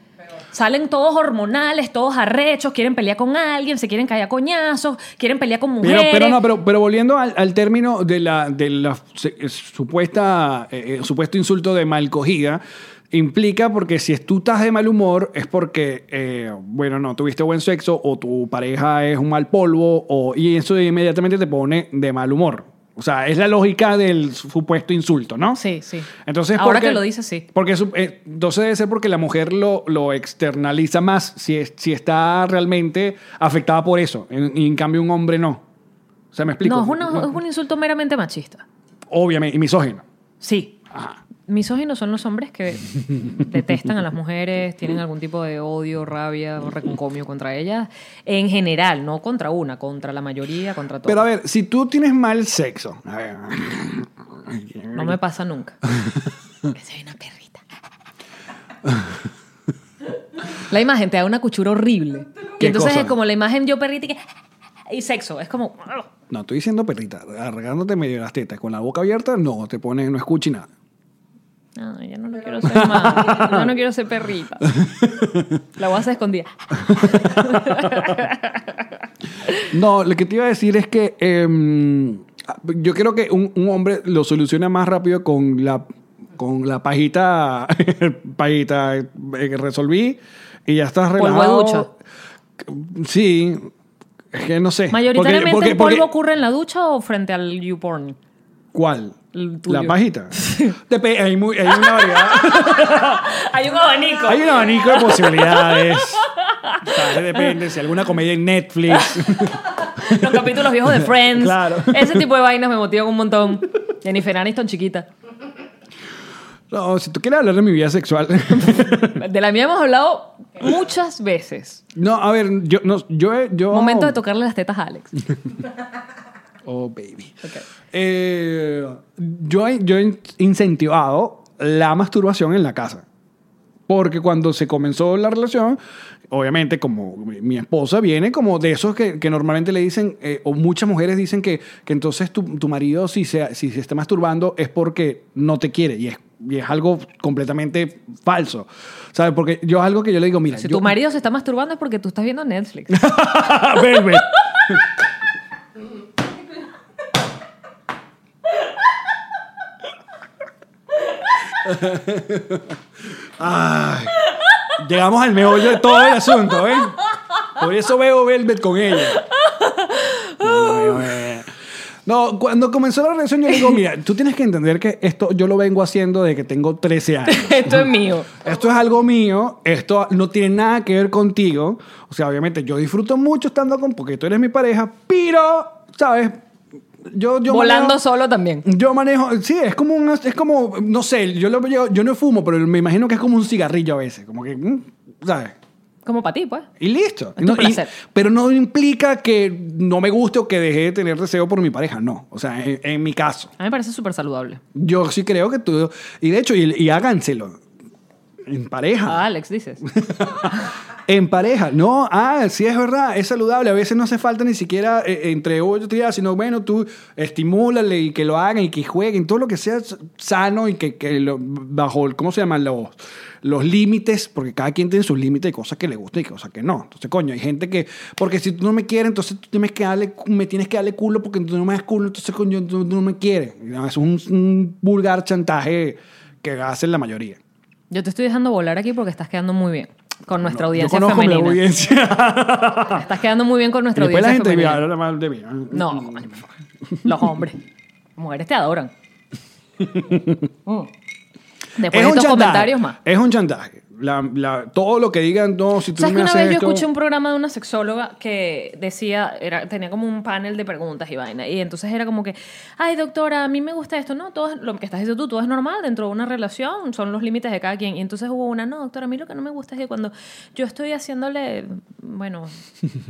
S3: Salen todos hormonales, todos arrechos, quieren pelear con alguien, se quieren caer a coñazos, quieren pelear con mujeres.
S2: Pero, pero no, pero, pero volviendo al, al término de la, de la se- eh, supuesta, eh, eh, supuesto insulto de mal cogida, implica porque si tú estás de mal humor es porque, eh, bueno, no tuviste buen sexo o tu pareja es un mal polvo o, y eso inmediatamente te pone de mal humor. O sea, es la lógica del supuesto insulto, ¿no?
S3: Sí, sí.
S2: Entonces,
S3: Ahora
S2: porque-
S3: que lo dices, sí.
S2: Porque su- eh, entonces debe ser porque la mujer lo, lo externaliza más si, es- si está realmente afectada por eso. En- Y en, cambio, un hombre no. O sea, me explico.
S3: No, es, una- es un insulto meramente machista.
S2: Obviamente, y misógino.
S3: Sí. Misóginos son los hombres que detestan a las mujeres, tienen algún tipo de odio, rabia o reconcomio contra ellas. En general, no contra una, contra la mayoría, contra todos.
S2: Pero a ver, si tú tienes mal sexo. A ver.
S3: No me pasa nunca. Que se ve una perrita. La imagen te da una cuchura horrible. Y
S2: ¿Qué
S3: entonces
S2: cosa?
S3: es como la imagen yo perrita y que... Y sexo. Es como...
S2: No, estoy diciendo perrita, arreglándote medio las tetas. Con la boca abierta, no, te pones, no escuchi nada.
S3: No, ya no lo quiero ser más. Ya no quiero ser perrita. La voy a hacer escondida.
S2: No, lo que te iba a decir es que em, yo creo que un, un hombre lo soluciona más rápido con la con la pajita, pajita eh, que resolví y ya estás
S3: Polvo de
S2: relajado.
S3: ducha.
S2: Sí, es que no sé. Porque-
S3: Mayoritariamente
S2: porque-
S3: el polvo
S2: porque-
S3: ocurre en la ducha o frente al YouPorn.
S2: ¿Cuál?
S3: El tuyo.
S2: La pajita. Depe- hay, muy- hay una variedad,
S3: Hay un abanico.
S2: hay un abanico de posibilidades. O sea, depende si alguna comedia en Netflix.
S3: Los capítulos viejos de Friends.
S2: Claro.
S3: Ese tipo de vainas me motivan un montón. Jennifer Aniston chiquita.
S2: No, si tú quieres hablar de mi vida sexual.
S3: De la mía hemos hablado muchas veces.
S2: No, a ver, yo, no, yo, he- yo.
S3: Momento de tocarle las tetas a Alex.
S2: Oh, baby. Eh, yo, he- yo he in- incentivado la masturbación en la casa. Porque cuando se comenzó la relación, obviamente como mi, mi esposa viene como de esos que, que normalmente le dicen, eh, o muchas mujeres dicen que, que entonces tu, tu marido si se, si se está masturbando es porque no te quiere y es, y es algo completamente falso. ¿Sabes? Porque yo es algo que yo le digo, mira,
S3: Si
S2: yo-
S3: tu marido se está masturbando es porque tú estás viendo Netflix.
S2: Baby. Ay, llegamos al meollo de todo el asunto, ¿eh? Por eso veo Velvet con ella. No, eh, No, cuando comenzó la relación yo le digo, mira, tú tienes que entender que esto yo lo vengo haciendo desde que tengo 13 años.
S3: Esto es mío.
S2: Esto es algo mío, esto no tiene nada que ver contigo. O sea, obviamente yo disfruto mucho estando con, porque tú eres mi pareja, pero, ¿sabes? Yo, yo
S3: Volando
S2: manejo-
S3: solo también.
S2: Yo manejo, sí, es como un, es como, no sé, yo, lo- yo, yo no fumo, pero me imagino que es como un cigarrillo a veces, como que, mm, ¿sabes?
S3: Como para ti, pues.
S2: Y listo.
S3: Es tu
S2: No, y-
S3: placer.
S2: pero no implica que no me guste o que dejé de tener deseo por mi pareja, no. O sea, en- en mi caso.
S3: A mí me parece súper saludable.
S2: Yo sí creo que tú, y de hecho, y, y háganselo. En pareja.
S3: A Alex, dices.
S2: En pareja, no, ah, sí es verdad, es saludable, a veces no hace falta ni siquiera eh, entre ocho días, sino bueno, tú estimúlale y que lo hagan y que jueguen, todo lo que sea s- sano y que, que lo- bajo, el- ¿cómo se llaman los, los límites? Porque cada quien tiene sus límites y cosas que le gustan y cosas que no. Entonces, coño, hay gente que, porque si tú no me quieres, entonces tú tienes que darle, cu- me tienes que darle culo porque tú no me das culo, entonces coño, tú, tú no me quieres. Y no, Es un, un vulgar chantaje que hacen la mayoría.
S3: Yo te estoy dejando volar aquí porque estás quedando muy bien con nuestra
S2: Yo
S3: audiencia
S2: conozco mi
S3: femenina.
S2: audiencia.
S3: Estás quedando muy bien con nuestra
S2: Y después la
S3: audiencia
S2: gente me
S3: femenina.
S2: habla mal de mí. Mm.
S3: No, coño, por favor. los hombres. Las Mujeres te adoran. Mm. Después de estos comentarios más.
S2: Es un chantaje. La- la- todo lo que digan, no, si tú
S3: ¿Sabes
S2: me
S3: que una
S2: haces
S3: vez yo
S2: esto-
S3: escuché un programa de una sexóloga que decía, era, tenía como un panel de preguntas y vaina? Y entonces era como que, ay doctora, a mí me gusta esto, no, todo es- lo que estás diciendo tú, todo es normal dentro de una relación, son los límites de cada quien. Y entonces hubo una, no doctora, a mí lo que no me gusta es que cuando yo estoy haciéndole, bueno,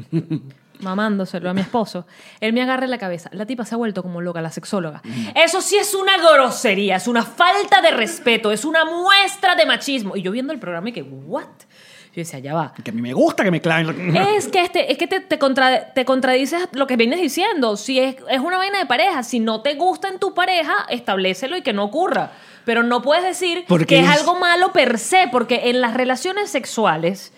S3: mamándoselo a mi esposo, él me agarra la cabeza. La tipa se ha vuelto como loca, la sexóloga. Eso sí es una grosería, es una falta de respeto, es una muestra de machismo. Y yo viendo el programa y que, ¿what? Yo decía, ya va.
S2: Que a mí me gusta que me claven.
S3: Es que, este, es que te, te contra- te contradices lo que vienes diciendo. Si es, es una vaina de pareja, si no te gusta en tu pareja, establecelo y que no ocurra. Pero no puedes decir
S2: Porque
S3: que es,
S2: es-
S3: algo malo per se, porque en las relaciones sexuales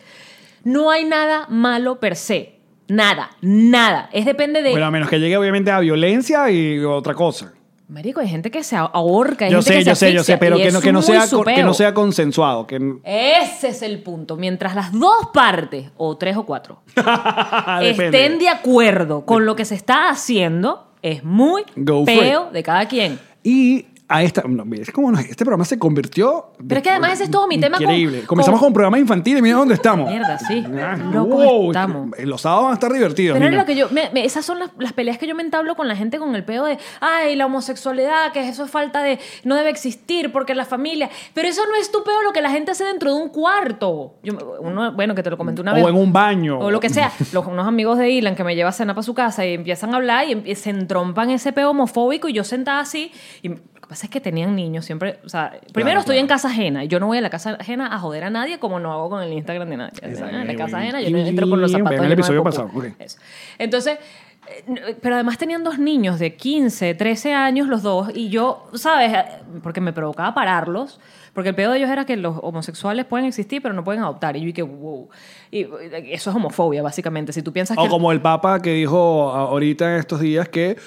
S3: no hay nada malo per se. Nada, nada. Es depende de...
S2: Bueno, a menos que llegue obviamente a violencia y otra cosa.
S3: Marico, hay gente que se ahorca, hay
S2: Yo
S3: gente
S2: sé,
S3: que se
S2: yo sé, yo
S3: asfixia,
S2: sé, pero
S3: y
S2: que
S3: es
S2: no, que, no
S3: muy
S2: sea,
S3: su
S2: con- que
S3: peo.
S2: no sea consensuado. Que...
S3: Ese es el punto. Mientras las dos partes, o tres o cuatro,
S2: Ah, Depende.
S3: estén de acuerdo con lo que se está haciendo, es muy
S2: Go for
S3: peo de cada quien.
S2: Y a esta. No, mira, es como nos- este programa se convirtió. de-
S3: Pero es que además ese es todo mi tema con-
S2: Increíble. Comenzamos
S3: con-
S2: con, programas infantiles y mira dónde estamos.
S3: Mierda, sí.
S2: Ah,
S3: Locos
S2: wow,
S3: estamos.
S2: Los sábados van a estar divertidos.
S3: Pero era
S2: Nina.
S3: lo que yo, me- me- esas son las, las peleas que yo me entablo con la gente con el peo de, ay, la homosexualidad, que eso es falta de, no debe existir porque la familia. Pero eso no es tu peo lo que la gente hace dentro de un cuarto. Yo, me- uno, bueno, que te lo comenté una
S2: O
S3: vez.
S2: en un baño.
S3: O lo que sea. Los, unos amigos de Ilan que me lleva a cenar para su casa y empiezan a hablar y empie- se entrompan ese peo homofóbico y yo sentada así. Y lo que pasa es que tenían niños siempre. O sea, primero estoy en casa ajena y yo no voy a la casa ajena a joder a nadie como no hago con el Instagram de nadie.
S2: Exacto.
S3: En la casa
S2: Ahí,
S3: ajena
S2: ahí,
S3: yo no
S2: ahí,
S3: entro con los
S2: ahí,
S3: zapatos.
S2: vean el
S3: llenos de
S2: episodio
S3: popó.
S2: pasado, ok.
S3: Eso. Entonces, eh, n- pero además tenían dos niños de 15, 13 años los dos y yo, ¿sabes? Eh, Porque me provocaba pararlos, porque el pedo de ellos era que los homosexuales pueden existir pero no pueden adoptar y yo y que wow. Y eh, eso es homofobia básicamente, si tú piensas que
S2: O como el Papa que dijo a- ahorita en estos días que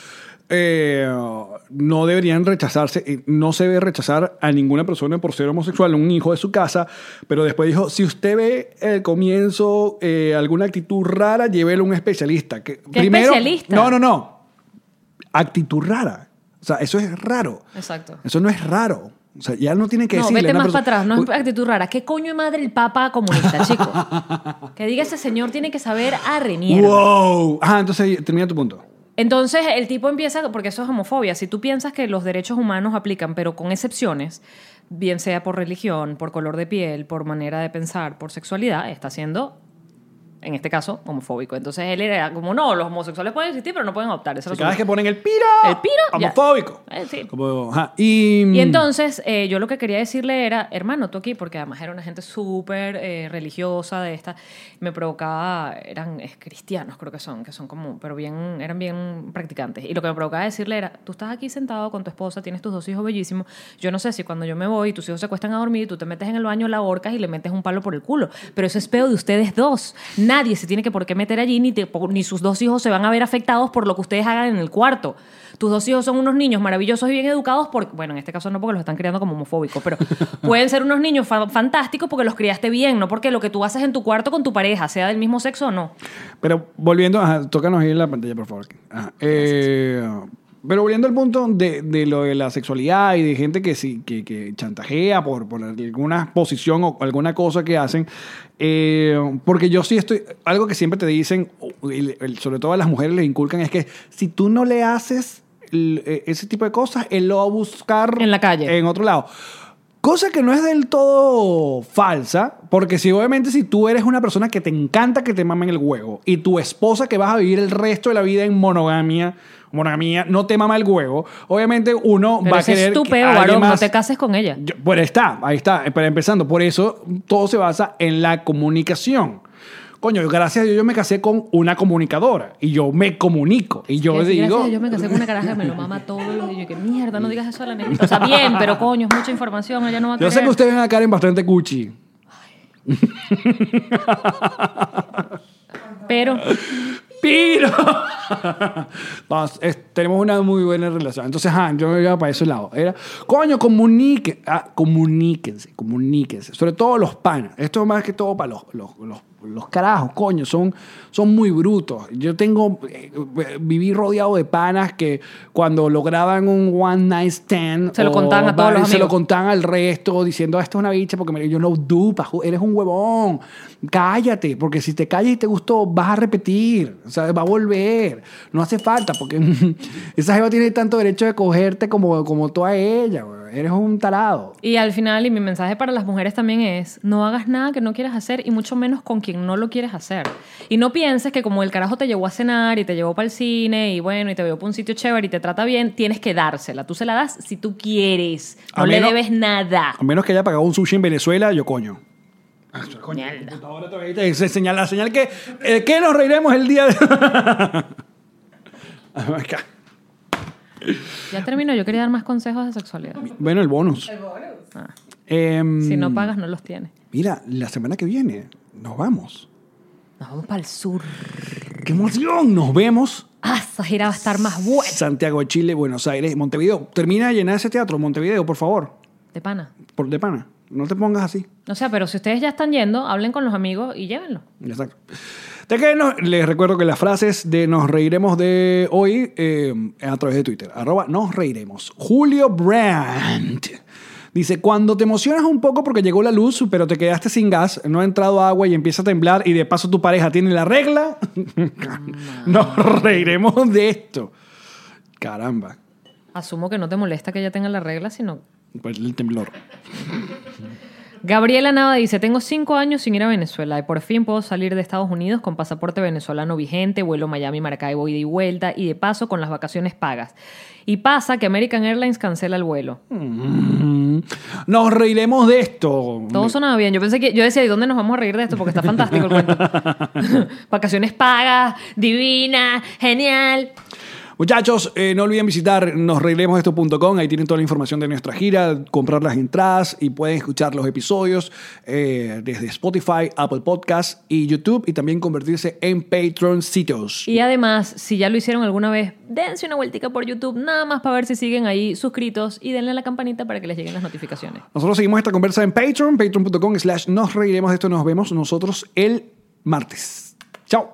S2: eh, no deberían rechazarse, eh, no se debe rechazar a ninguna persona por ser homosexual, un hijo de su casa, pero después dijo, si usted ve el comienzo, eh, alguna actitud rara, llévelo a un especialista. Que,
S3: especialista?
S2: No, no, no. Actitud rara. O sea, eso es raro.
S3: Exacto.
S2: Eso no es raro. O sea, ya no tiene que
S3: No,
S2: decirle a
S3: vete
S2: una
S3: más para
S2: persona-
S3: atrás, no es actitud rara. ¿Qué coño de madre el papa comunista, chico? que diga ese señor tiene que saber a remierda.
S2: Wow. Ah, entonces termina tu punto.
S3: Entonces el tipo empieza, porque eso es homofobia, si tú piensas que los derechos humanos aplican, pero con excepciones, bien sea por religión, por color de piel, por manera de pensar, por sexualidad, está siendo, en este caso, homofóbico. Entonces él era como, no, los homosexuales pueden existir, pero no pueden adoptar. Esa era su-
S2: Cada vez que ponen el piro.
S3: El piro, ya.
S2: Homofóbico.
S3: Eh, sí.
S2: Como, ajá. Y, mm,
S3: Y entonces eh, yo lo que quería decirle era, hermano, tú aquí, porque además era una gente súper eh, religiosa de esta, me provocaba, eran es, cristianos creo que son, que son como, pero bien, eran bien practicantes. Y lo que me provocaba decirle era, tú estás aquí sentado con tu esposa, tienes tus dos hijos bellísimos, yo no sé si cuando yo me voy y tus hijos se acuestan a dormir, tú te metes en el baño, la ahorcas y le metes un palo por el culo. Pero eso es peo de ustedes dos. Nadie se tiene que por qué meter allí, ni, te- ni sus dos hijos se van a ver afectados por lo que ustedes hagan en el cuarto. Tus dos hijos son unos niños maravillosos y bien educados, porque, bueno, en este caso no porque los están criando como homofóbicos, pero pueden ser unos niños fa- fantásticos porque los criaste bien, no porque lo que tú haces en tu cuarto con tu pareja, sea del mismo sexo o no.
S2: Pero volviendo, ajá, tócanos ahí en la pantalla, por favor. Ajá. Eh, pero volviendo al punto de, de lo de la sexualidad y de gente que, sí, que, que chantajea por, por alguna posición o alguna cosa que hacen. eh, porque yo sí estoy. Algo que siempre te dicen, o- el- el- sobre todo a las mujeres les inculcan, es que si tú no le haces el- eh, ese tipo de cosas, él lo va a buscar.
S3: En la calle.
S2: En otro lado. Cosa que no es del todo falsa, porque si obviamente si tú eres una persona que te encanta que te mamen el huevo y tu esposa que vas a vivir el resto de la vida en monogamia, monogamia, no te mama el huevo, obviamente uno
S3: Pero
S2: va a
S3: ese
S2: querer
S3: es tu
S2: que
S3: peo,
S2: alguien
S3: varón, no
S2: más-
S3: te cases con ella.
S2: Yo- bueno, está, ahí está, eh, pero empezando, por eso todo se basa en la comunicación. Coño, yo, gracias a Dios yo me casé con una comunicadora y yo me comunico y yo
S3: Que sí,
S2: digo,
S3: gracias, yo me casé con una caraja que me lo mama todo y yo que mierda, no digas eso a la negrita. O sea, bien, pero coño, es mucha información, ella no va a
S2: yo sé que
S3: querer.
S2: ustedes ven a Karen bastante cuchi.
S3: Pero
S2: ¡Piro! Nos- es- tenemos una muy buena relación. Entonces, ah, yo me iba para ese lado. Era, coño, comunique, ah, comuníquense, comuníquense. Sobre todo los panas. Esto es más que todo para los, los, los- Los carajos, coño, son, son muy brutos. Yo tengo, eh, viví rodeado de panas que cuando lograban un one night stand,
S3: Se lo
S2: o
S3: contaban a todos
S2: varios,
S3: los
S2: Se lo
S3: amigos.
S2: contaban al resto diciendo, "Ah, esto es una bicha porque me- yo no dupa, eres un huevón, cállate, porque si te callas y te gustó, vas a repetir, o sea, va a volver, no hace falta, porque esa jeva tiene tanto derecho de cogerte como, como tú a ella, weón. eres un tarado.
S3: Y al final, y mi mensaje para las mujeres también es, no hagas nada que no quieras hacer y mucho menos con quien no lo quieres hacer. Y no pienses que como el carajo te llevó a cenar y te llevó para el cine y bueno, y te llevó para un sitio chévere y te trata bien, tienes que dársela. Tú se la das si tú quieres.
S2: A
S3: No le
S2: menos-
S3: debes nada.
S2: A menos que haya pagado un sushi en Venezuela, yo coño. Ah, yo, coño,
S3: Mierda.
S2: computadora otra vez. Esa es señal, la señal que, eh, que nos reiremos el día de... Acá.
S3: Ya termino, yo quería dar más consejos de sexualidad.
S2: bueno, el bonus.
S3: Ah,
S2: Em,
S3: si no pagas, no los tienes.
S2: Mira, la semana que viene nos vamos.
S3: Nos vamos para el sur.
S2: ¡Qué emoción! Nos vemos.
S3: Ah, esa gira va a estar más buena.
S2: Santiago de Chile, Buenos Aires, Montevideo. Termina de llenar ese teatro, Montevideo, por favor.
S3: De pana.
S2: Por de pana. No te pongas así.
S3: O sea, pero si ustedes ya están yendo, hablen con los amigos y llévenlo.
S2: Exacto. De que nos- les recuerdo que las frases de nos reiremos de hoy eh, a través de Twitter. Arroba nos reiremos. Julio Brandt dice, cuando te emocionas un poco porque llegó la luz, pero te quedaste sin gas, no ha entrado agua y empieza a temblar y de paso tu pareja tiene la regla, nos reiremos de esto. Caramba.
S3: Asumo que no te molesta que ya tengan la regla, sino
S2: Pues el temblor.
S3: Gabriela Nava dice, tengo cinco años sin ir a Venezuela y por fin puedo salir de Estados Unidos con pasaporte venezolano vigente, vuelo Miami, Maracaibo, ida y vuelta y de paso con las vacaciones pagas. Y pasa que American Airlines cancela el vuelo.
S2: Mm. Nos reiremos de esto.
S3: Todo sonaba bien. Yo pensé que, yo decía, ¿y dónde nos vamos a reír de esto? Porque está fantástico el cuento. vacaciones pagas, divina, genial.
S2: Muchachos, eh, no olviden visitar nosreglemosesto.com, ahí tienen toda la información de nuestra gira, comprar las entradas y pueden escuchar los episodios eh, desde Spotify, Apple Podcasts y YouTube y también convertirse en patroncitos.
S3: Y además, si ya lo hicieron alguna vez, dense una vueltica por YouTube, nada más para ver si siguen ahí suscritos y denle a la campanita para que les lleguen las notificaciones.
S2: Nosotros seguimos esta conversa en Patreon, patreon.com slash nos reiremos de esto, nos vemos nosotros el martes. Chao.